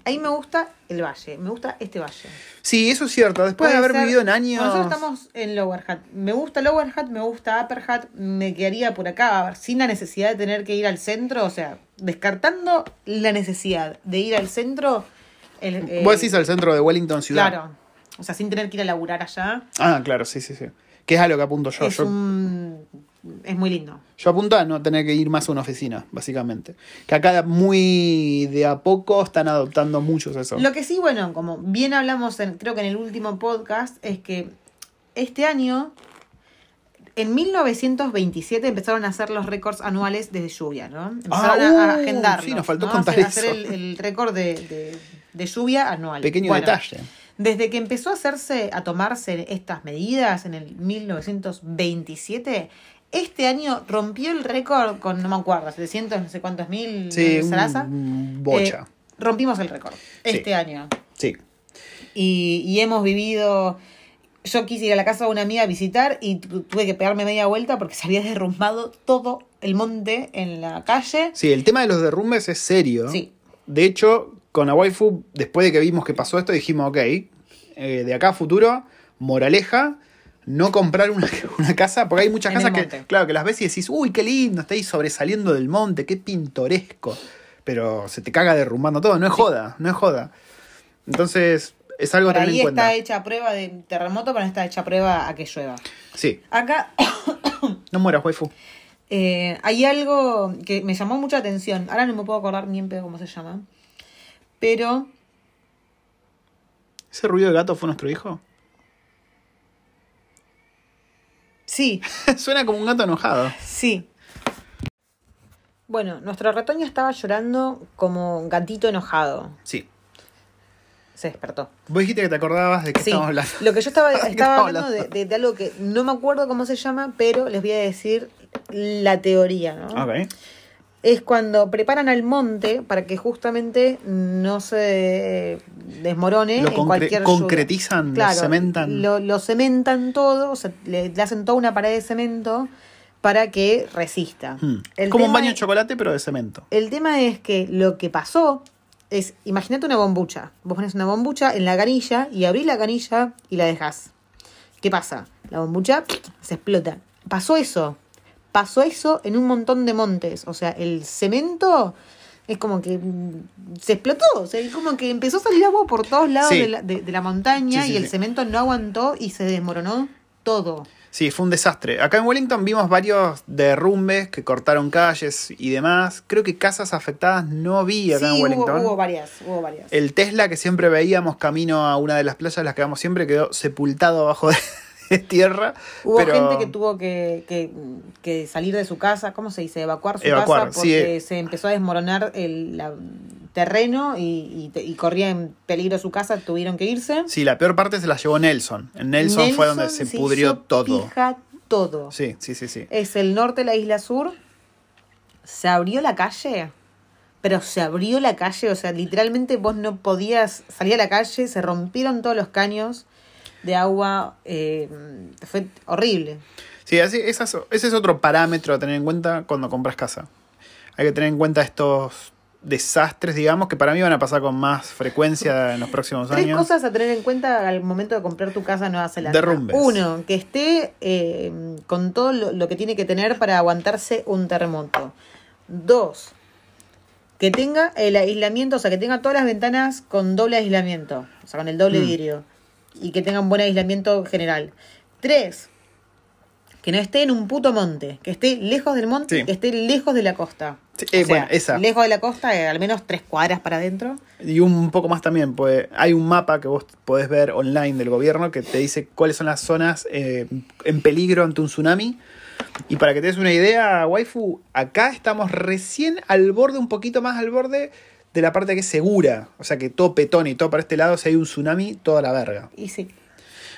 [SPEAKER 2] A mí me gusta el valle, me gusta este valle.
[SPEAKER 1] Sí, eso es cierto. Después de
[SPEAKER 2] Puede
[SPEAKER 1] haber
[SPEAKER 2] ser-
[SPEAKER 1] vivido en años.
[SPEAKER 2] Nosotros estamos en Lower Hat. Me gusta Lower Hat, me gusta Upper Hat, me quedaría por acá, a ver, sin la necesidad de tener que ir al centro, o sea, descartando la necesidad de ir al centro. El, eh,
[SPEAKER 1] Vos decís al centro de Wellington ciudad.
[SPEAKER 2] Claro. O sea, sin tener que ir a laburar allá.
[SPEAKER 1] Ah, claro, sí, sí, sí. Que es a lo que apunto yo.
[SPEAKER 2] es,
[SPEAKER 1] yo
[SPEAKER 2] un- es muy lindo.
[SPEAKER 1] Yo apunto a no tener que ir más a una oficina, básicamente. Que acá muy de a poco están adoptando muchos eso.
[SPEAKER 2] Lo que sí, bueno, como bien hablamos, en, creo que en el último podcast, es que este año, en 1927, empezaron a hacer los récords anuales de lluvia, ¿no? Empezaron
[SPEAKER 1] Ah,
[SPEAKER 2] a, a
[SPEAKER 1] uh,
[SPEAKER 2] agendarlos,
[SPEAKER 1] sí, nos faltó
[SPEAKER 2] ¿no?
[SPEAKER 1] contar
[SPEAKER 2] hacer, hacer
[SPEAKER 1] eso.
[SPEAKER 2] el, el récord de, de- de lluvia anual.
[SPEAKER 1] Pequeño
[SPEAKER 2] Bueno, mm,
[SPEAKER 1] detalle.
[SPEAKER 2] Desde que empezó a hacerse, a tomarse estas medidas en el 1927, este año rompió el récord con, no me acuerdo, 700, no sé cuántos mil,
[SPEAKER 1] Sí, un-
[SPEAKER 2] zaraza.
[SPEAKER 1] un bocha.
[SPEAKER 2] Eh, rompimos el récord este año.
[SPEAKER 1] sí.
[SPEAKER 2] Y, y hemos vivido. Yo quise ir a la casa de una amiga a visitar y tu- tuve que pegarme media vuelta porque se había derrumbado todo el monte en la calle.
[SPEAKER 1] Sí, el tema de los derrumbes es serio.
[SPEAKER 2] Sí.
[SPEAKER 1] De hecho, con Awaifu, después de que vimos que pasó esto, dijimos, ok, eh, de acá a futuro, moraleja, no comprar una, [laughs] una casa, porque hay muchas
[SPEAKER 2] En el
[SPEAKER 1] casas que,
[SPEAKER 2] monte.
[SPEAKER 1] claro, que las ves y decís, uy, qué lindo, está ahí sobresaliendo del monte, qué pintoresco, pero se te caga derrumbando todo, no es joda, no es joda. Entonces, es algo a
[SPEAKER 2] Por
[SPEAKER 1] tener
[SPEAKER 2] ahí
[SPEAKER 1] en cuenta.
[SPEAKER 2] está hecha prueba de terremoto, pero no está hecha prueba a que llueva.
[SPEAKER 1] Sí,
[SPEAKER 2] Acá [coughs]
[SPEAKER 1] no mueras, waifu.
[SPEAKER 2] eh, hay algo que me llamó mucha atención. Ahora no me puedo acordar ni en pedo cómo se llama. Pero
[SPEAKER 1] ¿Ese ruido de gato fue nuestro hijo? [laughs]
[SPEAKER 2] sí,
[SPEAKER 1] Suena como un gato enojado.
[SPEAKER 2] sí. Bueno, nuestro retoño estaba llorando como un gatito enojado.
[SPEAKER 1] Sí.
[SPEAKER 2] Se despertó.
[SPEAKER 1] Vos dijiste que te acordabas de que
[SPEAKER 2] Sí,
[SPEAKER 1] estábamos hablando.
[SPEAKER 2] lo que yo
[SPEAKER 1] [laughs]
[SPEAKER 2] estaba,
[SPEAKER 1] ¿Qué
[SPEAKER 2] estaba
[SPEAKER 1] estamos
[SPEAKER 2] hablando de,
[SPEAKER 1] hablando?
[SPEAKER 2] de- de algo que no me acuerdo cómo se llama, pero les voy a decir la teoría, ¿no?
[SPEAKER 1] Ok.
[SPEAKER 2] Es cuando preparan al monte para que justamente no se desmorone
[SPEAKER 1] Lo
[SPEAKER 2] en
[SPEAKER 1] concre-
[SPEAKER 2] cualquier lluvia.
[SPEAKER 1] concretizan, lo cementan.
[SPEAKER 2] Lo, lo cementan todo, o sea, le, le hacen toda una pared de cemento para que resista.
[SPEAKER 1] Hmm.
[SPEAKER 2] El
[SPEAKER 1] Como un
[SPEAKER 2] tema
[SPEAKER 1] baño de
[SPEAKER 2] es-
[SPEAKER 1] chocolate, pero de cemento.
[SPEAKER 2] el tema es que lo que pasó es, imagínate una bombucha. Vos pones una bombucha en la canilla y abrís la canilla y la dejás. ¿Qué pasa? La bombucha se explota. Pasó eso. Pasó eso en un montón de montes. O sea, el cemento es como que mm, se explotó. O sea, es como que empezó a salir agua por todos lados
[SPEAKER 1] Sí.
[SPEAKER 2] de, la, de- de la montaña
[SPEAKER 1] Sí, sí,
[SPEAKER 2] y el
[SPEAKER 1] sí.
[SPEAKER 2] cemento no aguantó y se desmoronó todo.
[SPEAKER 1] Sí, fue un desastre. Acá en Wellington vimos varios derrumbes que cortaron calles y demás. Creo que casas afectadas no vi acá
[SPEAKER 2] sí,
[SPEAKER 1] en
[SPEAKER 2] hubo,
[SPEAKER 1] Wellington.
[SPEAKER 2] hubo varias, hubo varias.
[SPEAKER 1] El Tesla que siempre veíamos camino a una de las playas, las que vamos siempre, quedó sepultado abajo de, [laughs] de tierra.
[SPEAKER 2] Hubo
[SPEAKER 1] pero-
[SPEAKER 2] gente que tuvo que, que- que salir de su casa, ¿cómo se dice? Evacuar su
[SPEAKER 1] Evacuar,
[SPEAKER 2] casa porque
[SPEAKER 1] sí.
[SPEAKER 2] se empezó a desmoronar el la- terreno y, y te- y corría en peligro su casa, tuvieron que irse.
[SPEAKER 1] Sí, la peor parte se la llevó Nelson. En Nelson, fue donde se,
[SPEAKER 2] hizo
[SPEAKER 1] pudrió todo.
[SPEAKER 2] pija todo.
[SPEAKER 1] Sí, sí, sí, sí.
[SPEAKER 2] Es el norte de la isla sur. Se abrió la calle, pero se abrió la calle, o sea, literalmente vos no podías salir a la calle, se rompieron todos los caños de agua, eh, fue horrible.
[SPEAKER 1] Sí, así, esas- ese es otro parámetro a tener en cuenta cuando compras casa. Hay que tener en cuenta estos desastres, digamos, que para mí van a pasar con más frecuencia en los próximos
[SPEAKER 2] Tres
[SPEAKER 1] años.
[SPEAKER 2] cosas a tener en cuenta al momento de comprar tu casa en Nueva Zelanda.
[SPEAKER 1] Derrumbes.
[SPEAKER 2] Uno, que esté eh, con todo lo, lo que tiene que tener para aguantarse un terremoto. Dos, que tenga el aislamiento, o sea, que tenga todas las ventanas con doble aislamiento, o sea, con el doble
[SPEAKER 1] Mm.
[SPEAKER 2] vidrio. Y que tengan buen aislamiento general. Tres, que no esté en un puto monte, que esté lejos del monte,
[SPEAKER 1] Sí.
[SPEAKER 2] que esté lejos de la costa.
[SPEAKER 1] Sí, eh, bueno, esa.
[SPEAKER 2] Lejos de la costa, eh, al menos tres cuadras para adentro.
[SPEAKER 1] Y un poco más también, pues hay un mapa que vos podés ver online del gobierno que te dice cuáles son las zonas eh, en peligro ante un tsunami. Y para que te des una idea, waifu, acá estamos recién al borde, un poquito más al borde de la parte que es segura. O sea que todo petón y todo para este lado, si hay un tsunami, toda la verga.
[SPEAKER 2] Y sí.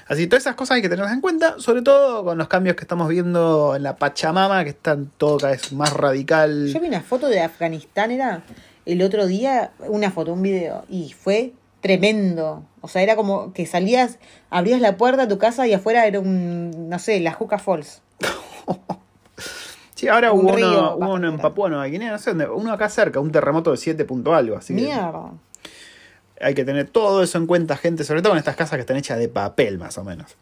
[SPEAKER 1] Así que todas esas cosas hay que tenerlas en cuenta, sobre todo con los cambios que estamos viendo en la Pachamama, que están todo cada vez más radical.
[SPEAKER 2] Yo vi una foto de Afganistán, era el otro día, una foto, un video, y fue tremendo. O sea, era como que salías, abrías la puerta de tu casa y afuera era un, no sé, la Juca Falls.
[SPEAKER 1] Sí, ahora
[SPEAKER 2] un
[SPEAKER 1] hubo
[SPEAKER 2] río
[SPEAKER 1] uno, hubo
[SPEAKER 2] bastante
[SPEAKER 1] uno en
[SPEAKER 2] grande.
[SPEAKER 1] Papua Nueva Guinea, no sé dónde, uno acá cerca, un terremoto de 7 punto algo, así que
[SPEAKER 2] Mierda.
[SPEAKER 1] hay que tener todo eso en cuenta, gente, sobre todo en estas casas que están hechas de papel, más o menos.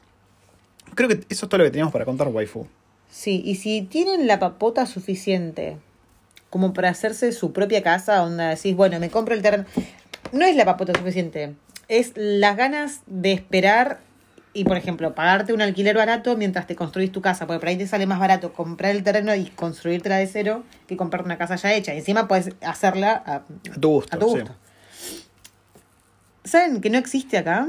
[SPEAKER 1] Creo que eso es todo lo que teníamos para contar, waifu.
[SPEAKER 2] Sí, y si tienen la papota suficiente como para hacerse su propia casa, onda decís, bueno, me compro el terreno. No es la papota suficiente, es las ganas de esperar y, por ejemplo, pagarte un alquiler barato mientras te construís tu casa, porque por ahí te sale más barato comprar el terreno y construírtela de cero que comprar una casa ya hecha. Y encima puedes hacerla a,
[SPEAKER 1] A tu gusto.
[SPEAKER 2] a tu
[SPEAKER 1] sí.
[SPEAKER 2] gusto. ¿Saben que no existe acá?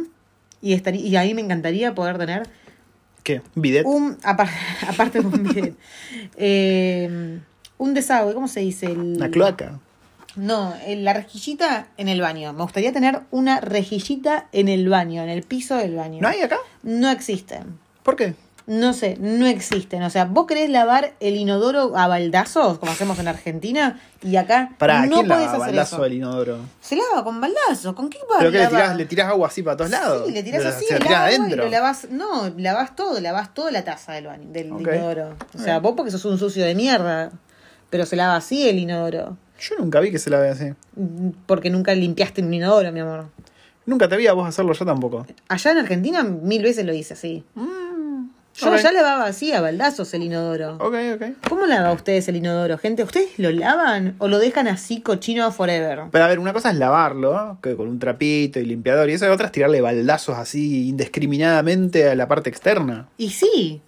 [SPEAKER 2] Y, estaría, y a mí me encantaría poder tener
[SPEAKER 1] ¿Qué? ¿Bidet? [laughs]
[SPEAKER 2] un apar- aparte de un bidet. Eh, un desagüe, ¿cómo se dice? El-
[SPEAKER 1] ¿Una cloaca?
[SPEAKER 2] No, el- la rejillita en el baño. Me gustaría tener una rejillita en el baño, en el piso del baño.
[SPEAKER 1] ¿No hay acá?
[SPEAKER 2] No existen.
[SPEAKER 1] ¿Por qué?
[SPEAKER 2] No sé, no existen. O sea, vos querés lavar el inodoro a baldazos, como hacemos en Argentina, y acá
[SPEAKER 1] Para
[SPEAKER 2] no
[SPEAKER 1] ¿quién lava
[SPEAKER 2] podés hacer
[SPEAKER 1] baldazo
[SPEAKER 2] eso.
[SPEAKER 1] del inodoro?
[SPEAKER 2] Se lava con baldazos. ¿Con qué
[SPEAKER 1] ¿Pero que le
[SPEAKER 2] lava?
[SPEAKER 1] tirás, le tirás agua así para todos lados?
[SPEAKER 2] Sí, le tirás
[SPEAKER 1] Se-
[SPEAKER 2] así,
[SPEAKER 1] se
[SPEAKER 2] el
[SPEAKER 1] la tirás
[SPEAKER 2] agua
[SPEAKER 1] adentro.
[SPEAKER 2] y lo lavas. No, lavas todo, lavas toda la taza del baño, del
[SPEAKER 1] Ok.
[SPEAKER 2] inodoro. O sea,
[SPEAKER 1] Ok.
[SPEAKER 2] vos porque sos un sucio de mierda. Pero se lava así el inodoro.
[SPEAKER 1] Yo nunca vi que se la vea así.
[SPEAKER 2] Mm, Porque nunca limpiaste un inodoro, mi amor.
[SPEAKER 1] Nunca te vi a vos hacerlo yo tampoco.
[SPEAKER 2] Allá en Argentina mil veces lo hice así. Yo
[SPEAKER 1] ok.
[SPEAKER 2] ya lavaba así a baldazos el inodoro.
[SPEAKER 1] Ok, ok.
[SPEAKER 2] ¿Cómo lava ustedes el inodoro, gente? ¿Ustedes lo lavan o lo dejan así cochino forever?
[SPEAKER 1] Pero a ver, una cosa es lavarlo, que con un trapito y limpiador y eso, y otra es tirarle baldazos así indiscriminadamente a la parte externa.
[SPEAKER 2] Y sí.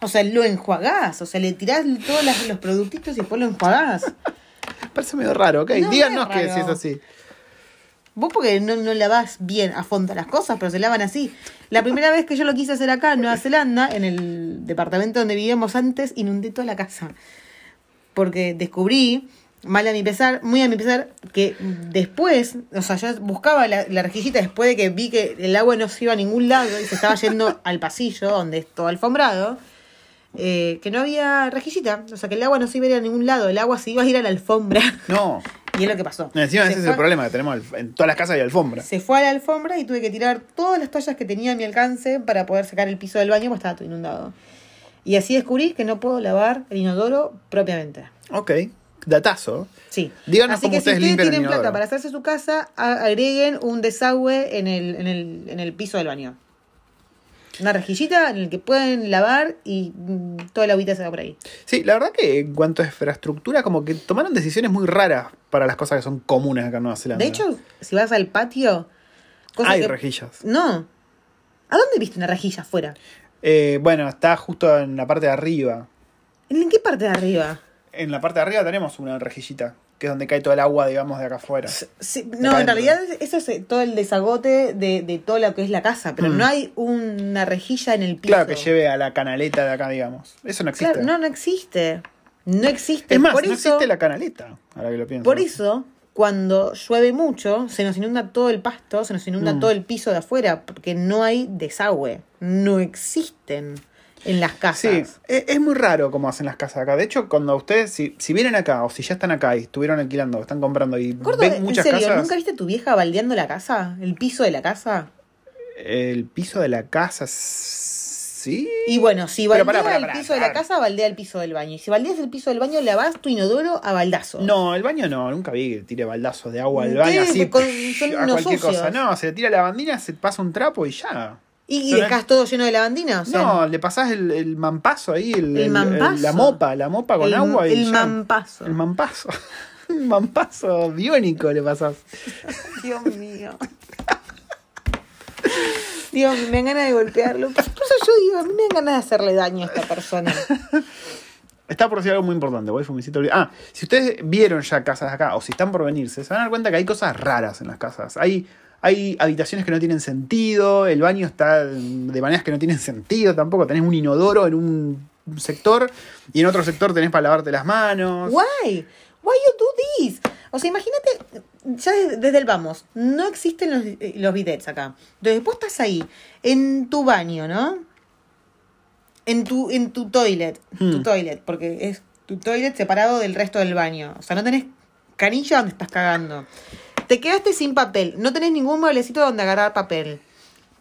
[SPEAKER 2] O sea, lo enjuagás. O sea, le tirás todos las- los productitos y después lo enjuagás.
[SPEAKER 1] Parece medio raro, ok.
[SPEAKER 2] No, no
[SPEAKER 1] Díganos
[SPEAKER 2] es
[SPEAKER 1] que
[SPEAKER 2] raro.
[SPEAKER 1] si es así.
[SPEAKER 2] Vos porque no, no lavás bien a fondo las cosas, pero se lavan así. La primera vez que yo lo quise hacer acá en Nueva Zelanda, en el departamento donde vivíamos antes, inundé toda la casa. Porque descubrí, mal a mi pesar, muy a mi pesar, que después, o sea, yo buscaba la, la rejillita después de que vi que el agua no se iba a ningún lado y se
[SPEAKER 1] [laughs]
[SPEAKER 2] estaba yendo al pasillo donde es todo alfombrado, eh, que no había rejillita. O sea, que el agua no se iba a ir a ningún lado, el agua se iba a ir a la alfombra. [laughs]
[SPEAKER 1] No.
[SPEAKER 2] Y es lo que pasó.
[SPEAKER 1] Encima
[SPEAKER 2] Se
[SPEAKER 1] ese es
[SPEAKER 2] fue-
[SPEAKER 1] el problema que tenemos al- en todas las casas hay alfombra.
[SPEAKER 2] se fue a la alfombra y tuve que tirar todas las toallas que tenía a mi alcance para poder sacar el piso del baño porque estaba todo inundado. Y así descubrí que no puedo lavar el inodoro propiamente.
[SPEAKER 1] Ok. Datazo.
[SPEAKER 2] Sí.
[SPEAKER 1] Díganos
[SPEAKER 2] así
[SPEAKER 1] cómo
[SPEAKER 2] que si
[SPEAKER 1] ustedes
[SPEAKER 2] ustedes
[SPEAKER 1] limpian el
[SPEAKER 2] tienen plata
[SPEAKER 1] inodoro.
[SPEAKER 2] para hacerse su casa, a- agreguen un desagüe en el, en el, en el piso del baño. Una rejillita en la que pueden lavar y mm, toda la agüita se va por ahí.
[SPEAKER 1] Sí, la verdad que en cuanto a infraestructura, como que tomaron decisiones muy raras para las cosas que son comunes acá en Nueva Zelanda.
[SPEAKER 2] De hecho, si vas al patio... cosa
[SPEAKER 1] hay
[SPEAKER 2] que-
[SPEAKER 1] rejillas.
[SPEAKER 2] No. ¿A dónde viste una rejilla afuera?
[SPEAKER 1] Eh, bueno, está justo en la parte de arriba.
[SPEAKER 2] ¿En qué parte de arriba?
[SPEAKER 1] En la parte de arriba tenemos una rejillita, que es donde cae todo el agua, digamos, de acá afuera.
[SPEAKER 2] Sí,
[SPEAKER 1] De
[SPEAKER 2] no,
[SPEAKER 1] acá
[SPEAKER 2] en
[SPEAKER 1] adentro.
[SPEAKER 2] realidad eso es eh, todo el desagote de, de todo lo que es la casa, pero
[SPEAKER 1] Mm.
[SPEAKER 2] no hay una rejilla en el piso.
[SPEAKER 1] Claro, que lleve a la canaleta de acá, digamos. Eso no existe.
[SPEAKER 2] Claro, no, no existe. No existe.
[SPEAKER 1] es más,
[SPEAKER 2] por
[SPEAKER 1] no
[SPEAKER 2] eso,
[SPEAKER 1] existe la canaleta, ahora que lo pienso.
[SPEAKER 2] Por eso, cuando llueve mucho, se nos inunda todo el pasto, se nos inunda
[SPEAKER 1] Mm.
[SPEAKER 2] todo el piso de afuera, porque no hay desagüe. No existen en las
[SPEAKER 1] Sí,
[SPEAKER 2] casas.
[SPEAKER 1] e- es, muy raro cómo hacen las casas acá. De hecho, cuando ustedes, si, si vienen acá o si ya están acá y estuvieron alquilando, están comprando y
[SPEAKER 2] Gordo,
[SPEAKER 1] ven
[SPEAKER 2] en
[SPEAKER 1] muchas
[SPEAKER 2] serio,
[SPEAKER 1] casas,
[SPEAKER 2] ¿nunca viste a tu vieja baldeando la casa? ¿El piso de la casa?
[SPEAKER 1] el piso de la casa, sí.
[SPEAKER 2] Y bueno, si baldea
[SPEAKER 1] Pero pará, pará,
[SPEAKER 2] el
[SPEAKER 1] pará,
[SPEAKER 2] piso de la
[SPEAKER 1] pará.
[SPEAKER 2] casa, baldea el piso del baño. Y si baldeas el piso del baño, lavas tu inodoro a baldazo.
[SPEAKER 1] No, el baño no, nunca vi que tire baldazos de agua al
[SPEAKER 2] Sí,
[SPEAKER 1] baño así
[SPEAKER 2] con-
[SPEAKER 1] psh,
[SPEAKER 2] son
[SPEAKER 1] a
[SPEAKER 2] unos
[SPEAKER 1] cualquier
[SPEAKER 2] sucios.
[SPEAKER 1] cosa. No, se le tira la bandina, se pasa un trapo y ya.
[SPEAKER 2] ¿Y, y
[SPEAKER 1] Son
[SPEAKER 2] dejas todo lleno de lavandina? O sea,
[SPEAKER 1] No, le pasás el, el mampazo ahí, el,
[SPEAKER 2] ¿El mampazo?
[SPEAKER 1] la mopa, la mopa con
[SPEAKER 2] el,
[SPEAKER 1] agua y
[SPEAKER 2] el
[SPEAKER 1] ya.
[SPEAKER 2] mampazo.
[SPEAKER 1] El mampazo. [laughs] Un mampazo biónico le pasás.
[SPEAKER 2] Dios mío. Dios, me dan ganas de golpearlo. Por eso yo digo, a mí me dan ganas de hacerle daño a esta persona.
[SPEAKER 1] Está por decir algo muy importante, voy fumicito. olvidado. Ah, si ustedes vieron ya casas acá o si están por venirse, se van a dar cuenta que hay cosas raras en las casas. Hay, hay habitaciones que no tienen sentido, el baño está de maneras que no tienen sentido tampoco. Tenés un inodoro en un sector y en otro sector tenés para lavarte las manos.
[SPEAKER 2] Why? Why you do this? O sea, imagínate, ya de- desde el vamos, no existen los, eh, los bidets acá. Entonces, vos estás ahí, en tu baño, ¿no? En tu, en tu toilet. Tu
[SPEAKER 1] Hmm.
[SPEAKER 2] toilet, porque es tu toilet separado del resto del baño. O sea, no tenés canilla donde estás cagando. Te quedaste sin papel, no tenés ningún mueblecito donde agarrar papel.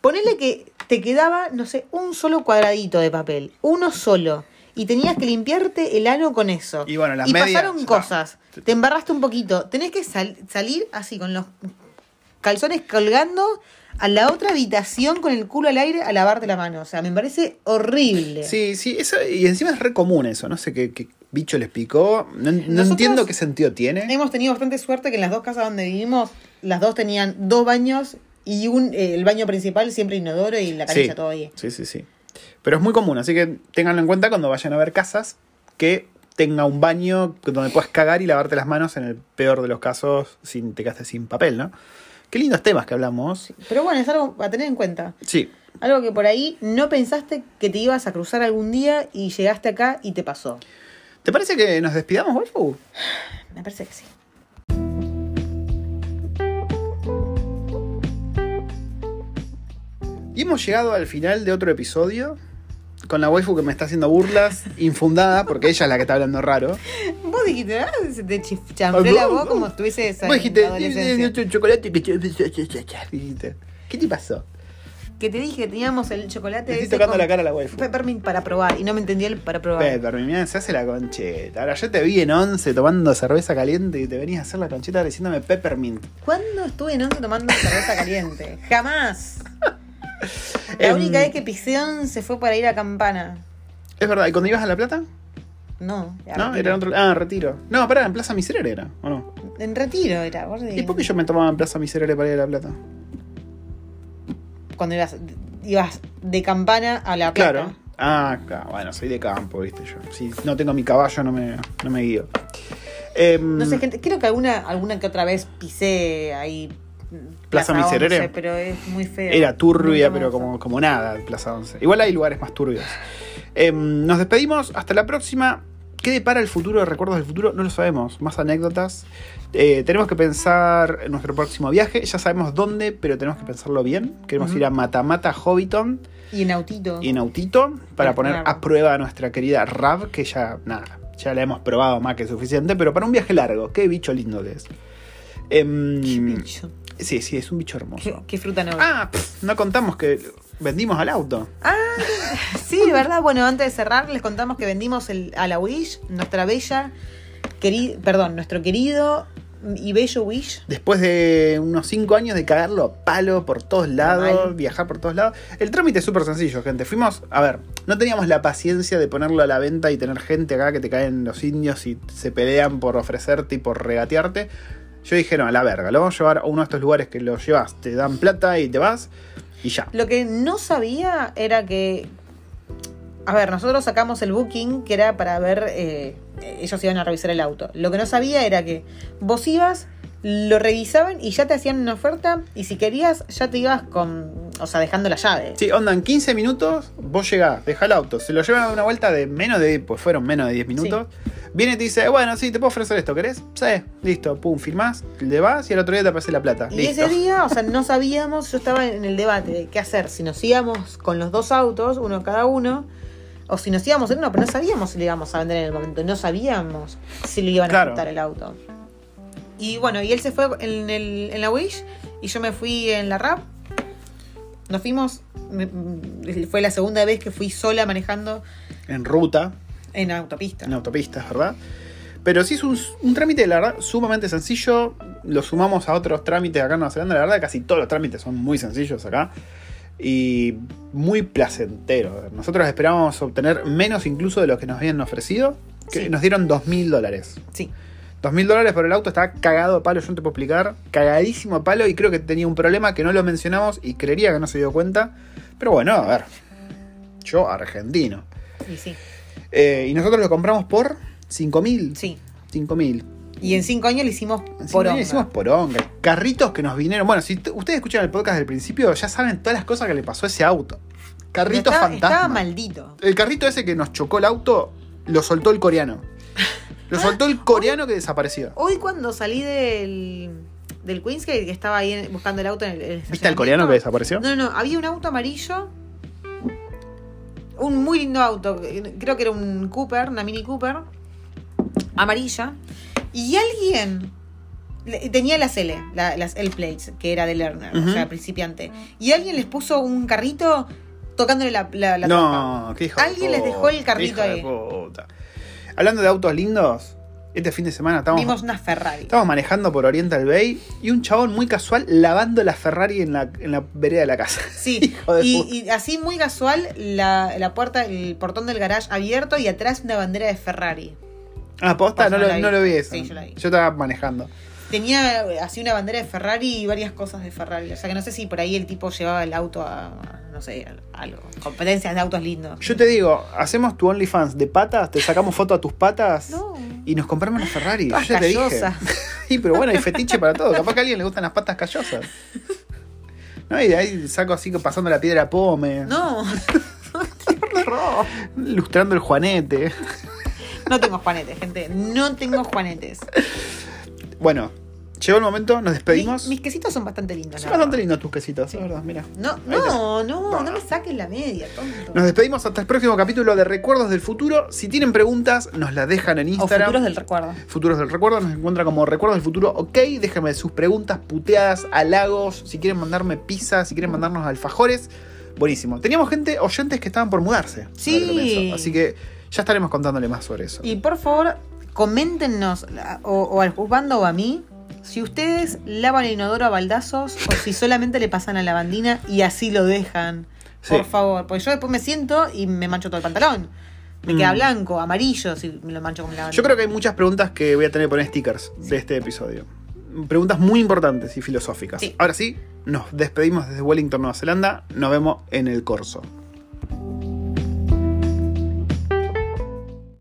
[SPEAKER 2] Ponele que te quedaba, no sé, un solo cuadradito de papel, uno solo, y tenías que limpiarte el ano con eso.
[SPEAKER 1] Y bueno, las
[SPEAKER 2] Y
[SPEAKER 1] medias,
[SPEAKER 2] pasaron
[SPEAKER 1] ya
[SPEAKER 2] cosas, te embarraste un poquito, tenés que sal- salir así con los calzones colgando a la otra habitación con el culo al aire a lavarte la mano. O sea, me parece horrible.
[SPEAKER 1] Sí, sí, eso, y encima es re común eso, no sé qué, qué bicho les picó, no, no
[SPEAKER 2] Nosotros-
[SPEAKER 1] entiendo qué sentido tiene.
[SPEAKER 2] Hemos tenido bastante suerte que en las dos casas donde vivimos, las dos tenían dos baños y un eh, el baño principal siempre inodoro y la canilla
[SPEAKER 1] Sí.
[SPEAKER 2] todo ahí.
[SPEAKER 1] Sí, sí, sí. Pero es muy común, así que ténganlo en cuenta cuando vayan a ver casas que tenga un baño donde puedas cagar y lavarte las manos en el peor de los casos sin te quedaste sin papel, ¿no? Qué lindos temas que hablamos.
[SPEAKER 2] Pero bueno, es algo a tener en cuenta.
[SPEAKER 1] Sí.
[SPEAKER 2] Algo que por ahí no pensaste que te ibas a cruzar algún día y llegaste acá y te pasó.
[SPEAKER 1] ¿Te parece que nos despidamos, Wolfu?
[SPEAKER 2] Me parece que sí.
[SPEAKER 1] Y hemos llegado al final de otro episodio con la waifu que me está haciendo
[SPEAKER 2] [laughs]
[SPEAKER 1] burlas infundada porque ella es la que está hablando raro.
[SPEAKER 2] Vos dijiste, ah, se te chif- chanflé la voz como estuviese esa
[SPEAKER 1] Ah, Vos dijiste, "Eh, [laughs]
[SPEAKER 2] adolescencia.
[SPEAKER 1] "Dijiste, chocolate que- dijiste. ¿qué te pasó?
[SPEAKER 2] Que te dije que teníamos el chocolate.
[SPEAKER 1] Le estoy
[SPEAKER 2] ese
[SPEAKER 1] tocando
[SPEAKER 2] con
[SPEAKER 1] la cara a la waifu.
[SPEAKER 2] Peppermint para probar. Y no me entendió el para probar.
[SPEAKER 1] Peppermint, mirá, se hace la concheta. Ahora yo te vi en 11 tomando cerveza caliente y te venías a hacer la concheta diciéndome Peppermint.
[SPEAKER 2] ¿Cuándo estuve en once tomando
[SPEAKER 1] [laughs]
[SPEAKER 2] cerveza caliente? Jamás. La
[SPEAKER 1] Em.
[SPEAKER 2] única vez que Piseón se fue para ir a Campana.
[SPEAKER 1] Es verdad, ¿y cuando ibas a La Plata?
[SPEAKER 2] No, a
[SPEAKER 1] ¿No?
[SPEAKER 2] Retiro.
[SPEAKER 1] Era en otro. Ah, retiro. No, pará, en Plaza Miserere era, ¿o no?
[SPEAKER 2] En retiro era, gordi.
[SPEAKER 1] ¿Y por qué yo me tomaba en Plaza Miserere para ir a La Plata?
[SPEAKER 2] Cuando ibas, ibas de Campana a La Plata.
[SPEAKER 1] Claro. Ah, claro, bueno, soy de campo, viste yo. Si no tengo mi caballo, no me, no me guío. Em,
[SPEAKER 2] No sé, gente, creo que alguna, alguna que otra vez pisé ahí. mm,
[SPEAKER 1] Plaza
[SPEAKER 2] Once,
[SPEAKER 1] Miserere.
[SPEAKER 2] Pero es muy feo.
[SPEAKER 1] Era turbia,
[SPEAKER 2] Nunca me
[SPEAKER 1] pero
[SPEAKER 2] gustó.
[SPEAKER 1] como, como nada, Plaza 11. Igual hay lugares más turbios. Em, nos despedimos, hasta la próxima. ¿Qué depara el futuro? ¿Recuerdos del futuro? No lo sabemos. Más anécdotas. Eh, tenemos que pensar en nuestro próximo viaje. Ya sabemos dónde, pero tenemos que pensarlo bien. Queremos
[SPEAKER 2] Ujú.
[SPEAKER 1] ir a Matamata Hobbiton
[SPEAKER 2] Y en autito.
[SPEAKER 1] y en autito para
[SPEAKER 2] Para
[SPEAKER 1] poner
[SPEAKER 2] probar.
[SPEAKER 1] a prueba a nuestra querida Rab, que ya, nada, ya la hemos probado más que suficiente, pero para un viaje largo. Qué bicho lindo que es. Em,
[SPEAKER 2] Qué bicho.
[SPEAKER 1] sí, sí, es un bicho hermoso.
[SPEAKER 2] Qué, qué fruta no.
[SPEAKER 1] Ah, pff, no contamos que vendimos al auto.
[SPEAKER 2] Ah, Sí, ¿verdad? Bueno, antes de cerrar, les contamos que vendimos el, a la Wish, nuestra bella, queri- perdón, nuestro querido y bello Wish.
[SPEAKER 1] Después de unos 5 años de cagarlo a palo por todos lados,
[SPEAKER 2] Normal.
[SPEAKER 1] viajar por todos lados. El trámite es súper sencillo, gente. Fuimos, a ver, no teníamos la paciencia de ponerlo a la venta y tener gente acá que te caen los indios y se pelean por ofrecerte y por regatearte. Yo dije, no, a la verga, lo vamos a llevar a uno de estos lugares que lo llevas, te dan plata y te vas y ya.
[SPEAKER 2] Lo que no sabía era que. A ver, nosotros sacamos el booking que era para ver. eh, ellos iban a revisar el auto. Lo que no sabía era que vos ibas, lo revisaban y ya te hacían una oferta. Y si querías, ya te ibas con. O sea, dejando la llave.
[SPEAKER 1] Sí, onda, en 15 minutos vos llegás, deja el auto, se lo llevan a dar una vuelta de menos de, pues fueron menos de 10 minutos. Viene y te dice, bueno, sí, te puedo ofrecer esto, ¿querés? Sí, listo, pum, firmás, le vas y al otro día te aparece la plata.
[SPEAKER 2] Y
[SPEAKER 1] listo.
[SPEAKER 2] ese día, o sea, no sabíamos, yo estaba en el debate de qué hacer, si nos íbamos con los dos autos, uno cada uno, o si nos íbamos en uno, pero no sabíamos si lo íbamos a vender en el momento, no sabíamos si lo iban a
[SPEAKER 1] Claro.
[SPEAKER 2] aceptar el auto. Y bueno, y él se fue en, el- en la Wish y yo me fui en la RAP. Nos fuimos, me- me- fue la segunda vez que fui sola manejando
[SPEAKER 1] En ruta,
[SPEAKER 2] en autopista.
[SPEAKER 1] en autopistas, ¿verdad? Pero sí es un, un trámite, la verdad, sumamente sencillo. Lo sumamos a otros trámites acá en Nueva Zelanda. La verdad, casi todos los trámites son muy sencillos acá. Y muy placentero. Nosotros esperábamos obtener menos incluso de lo que nos habían ofrecido. Que
[SPEAKER 2] Sí.
[SPEAKER 1] nos dieron 2.000 dólares.
[SPEAKER 2] Sí.
[SPEAKER 1] Dos mil dólares por el auto, estaba cagado a palo, yo no te puedo explicar. Cagadísimo a palo y creo que tenía un problema que no lo mencionamos y creería que no se dio cuenta. Pero bueno, a ver. Yo, argentino.
[SPEAKER 2] Y sí,
[SPEAKER 1] Eh, y nosotros lo compramos por 5 mil.
[SPEAKER 2] sí.
[SPEAKER 1] 5 mil.
[SPEAKER 2] Y en cinco años lo hicimos por
[SPEAKER 1] Por hicimos poronga. Carritos que nos vinieron. Bueno, si t- ustedes escuchan el podcast del principio, ya saben todas las cosas que le pasó a ese auto. Carritos
[SPEAKER 2] estaba,
[SPEAKER 1] fantasma.
[SPEAKER 2] estaba maldito.
[SPEAKER 1] El carrito ese que nos chocó el auto, lo soltó el coreano. Lo soltó el coreano que desapareció.
[SPEAKER 2] Hoy cuando salí del, del Queensgate, que estaba ahí en- buscando el auto en el, el
[SPEAKER 1] ¿Viste al
[SPEAKER 2] estacionamiento,
[SPEAKER 1] coreano que desapareció?
[SPEAKER 2] No, no, no, había un auto amarillo, un muy lindo auto, eh, creo que era un Cooper, una Mini Cooper, amarilla, y alguien le- tenía las L, la- las L plates, que era de Lerner,
[SPEAKER 1] Ujú.
[SPEAKER 2] o sea, principiante, y alguien les puso un carrito tocándole la, la, la trompa.
[SPEAKER 1] no, qué hijo de
[SPEAKER 2] Alguien les
[SPEAKER 1] puta,
[SPEAKER 2] dejó el
[SPEAKER 1] qué
[SPEAKER 2] carrito
[SPEAKER 1] hijo de
[SPEAKER 2] ahí.
[SPEAKER 1] puta. Hablando de autos lindos, este fin de semana estamos,
[SPEAKER 2] Vimos una Ferrari.
[SPEAKER 1] estamos manejando por Oriental Bay y un chabón muy casual lavando la Ferrari en la, en la vereda de la casa. [laughs]
[SPEAKER 2] Sí,
[SPEAKER 1] Hijo de
[SPEAKER 2] y,
[SPEAKER 1] puta.
[SPEAKER 2] y así muy casual, la, la puerta, el portón del garage abierto y atrás una bandera de Ferrari.
[SPEAKER 1] Ah, posta,
[SPEAKER 2] Pasa,
[SPEAKER 1] no,
[SPEAKER 2] no
[SPEAKER 1] lo,
[SPEAKER 2] la vi.
[SPEAKER 1] no lo vi eso.
[SPEAKER 2] Sí, yo
[SPEAKER 1] yo,
[SPEAKER 2] la vi.
[SPEAKER 1] estaba manejando.
[SPEAKER 2] Tenía eh, así una bandera de Ferrari y varias cosas de Ferrari. O sea que no sé si por ahí el tipo llevaba el auto a, a, no sé, a- a algo. Competencias de autos lindos.
[SPEAKER 1] Yo te digo, hacemos tu OnlyFans de patas, te sacamos foto a tus patas
[SPEAKER 2] No.
[SPEAKER 1] y nos compramos una Ferrari. Yo
[SPEAKER 2] Todas
[SPEAKER 1] ya te dije. [laughs]
[SPEAKER 2] callosas.
[SPEAKER 1] Sí, pero bueno, hay fetiche para todo. Capaz que a alguien le gustan las patas callosas. No, y de ahí saco así pasando la piedra pome. [laughs]
[SPEAKER 2] No,
[SPEAKER 1] Lustrando el juanete.
[SPEAKER 2] no tengo juanetes, gente. No tengo juanetes.
[SPEAKER 1] Bueno, llegó el momento, nos despedimos.
[SPEAKER 2] Mis, mis quesitos son bastante lindos.
[SPEAKER 1] Son
[SPEAKER 2] la
[SPEAKER 1] bastante
[SPEAKER 2] verdad.
[SPEAKER 1] lindos tus quesitos, es verdad, mira.
[SPEAKER 2] No,
[SPEAKER 1] Ahí te-
[SPEAKER 2] no, no,
[SPEAKER 1] No.
[SPEAKER 2] no me saques la media, tonto.
[SPEAKER 1] Nos despedimos hasta el próximo capítulo de Recuerdos del Futuro. Si tienen preguntas, nos las dejan en
[SPEAKER 2] o
[SPEAKER 1] Instagram.
[SPEAKER 2] futuros del recuerdo.
[SPEAKER 1] Futuros del Recuerdo, nos encuentra como Recuerdos del Futuro, ok. Déjenme sus preguntas, puteadas, halagos, si quieren mandarme pizza, si quieren mandarnos alfajores. Buenísimo. Teníamos gente, oyentes que estaban por mudarse. ahora
[SPEAKER 2] Sí.
[SPEAKER 1] que lo pienso. Así que ya estaremos contándole más sobre eso.
[SPEAKER 2] Y por favor, coméntenos, la- o, o al juzgando o a mí, si ustedes lavan el inodoro a baldazos o si solamente le pasan a la bandina y así lo dejan.
[SPEAKER 1] Sí.
[SPEAKER 2] Por favor, porque yo después me siento y me mancho todo el pantalón. Me queda
[SPEAKER 1] Mm.
[SPEAKER 2] blanco, amarillo si me lo mancho con la bandina.
[SPEAKER 1] Yo creo que hay muchas preguntas que voy a tener que poner stickers de este episodio. Preguntas muy importantes y filosóficas.
[SPEAKER 2] Sí.
[SPEAKER 1] Ahora sí, nos despedimos desde Wellington, Nueva Zelanda. Nos vemos en el corso.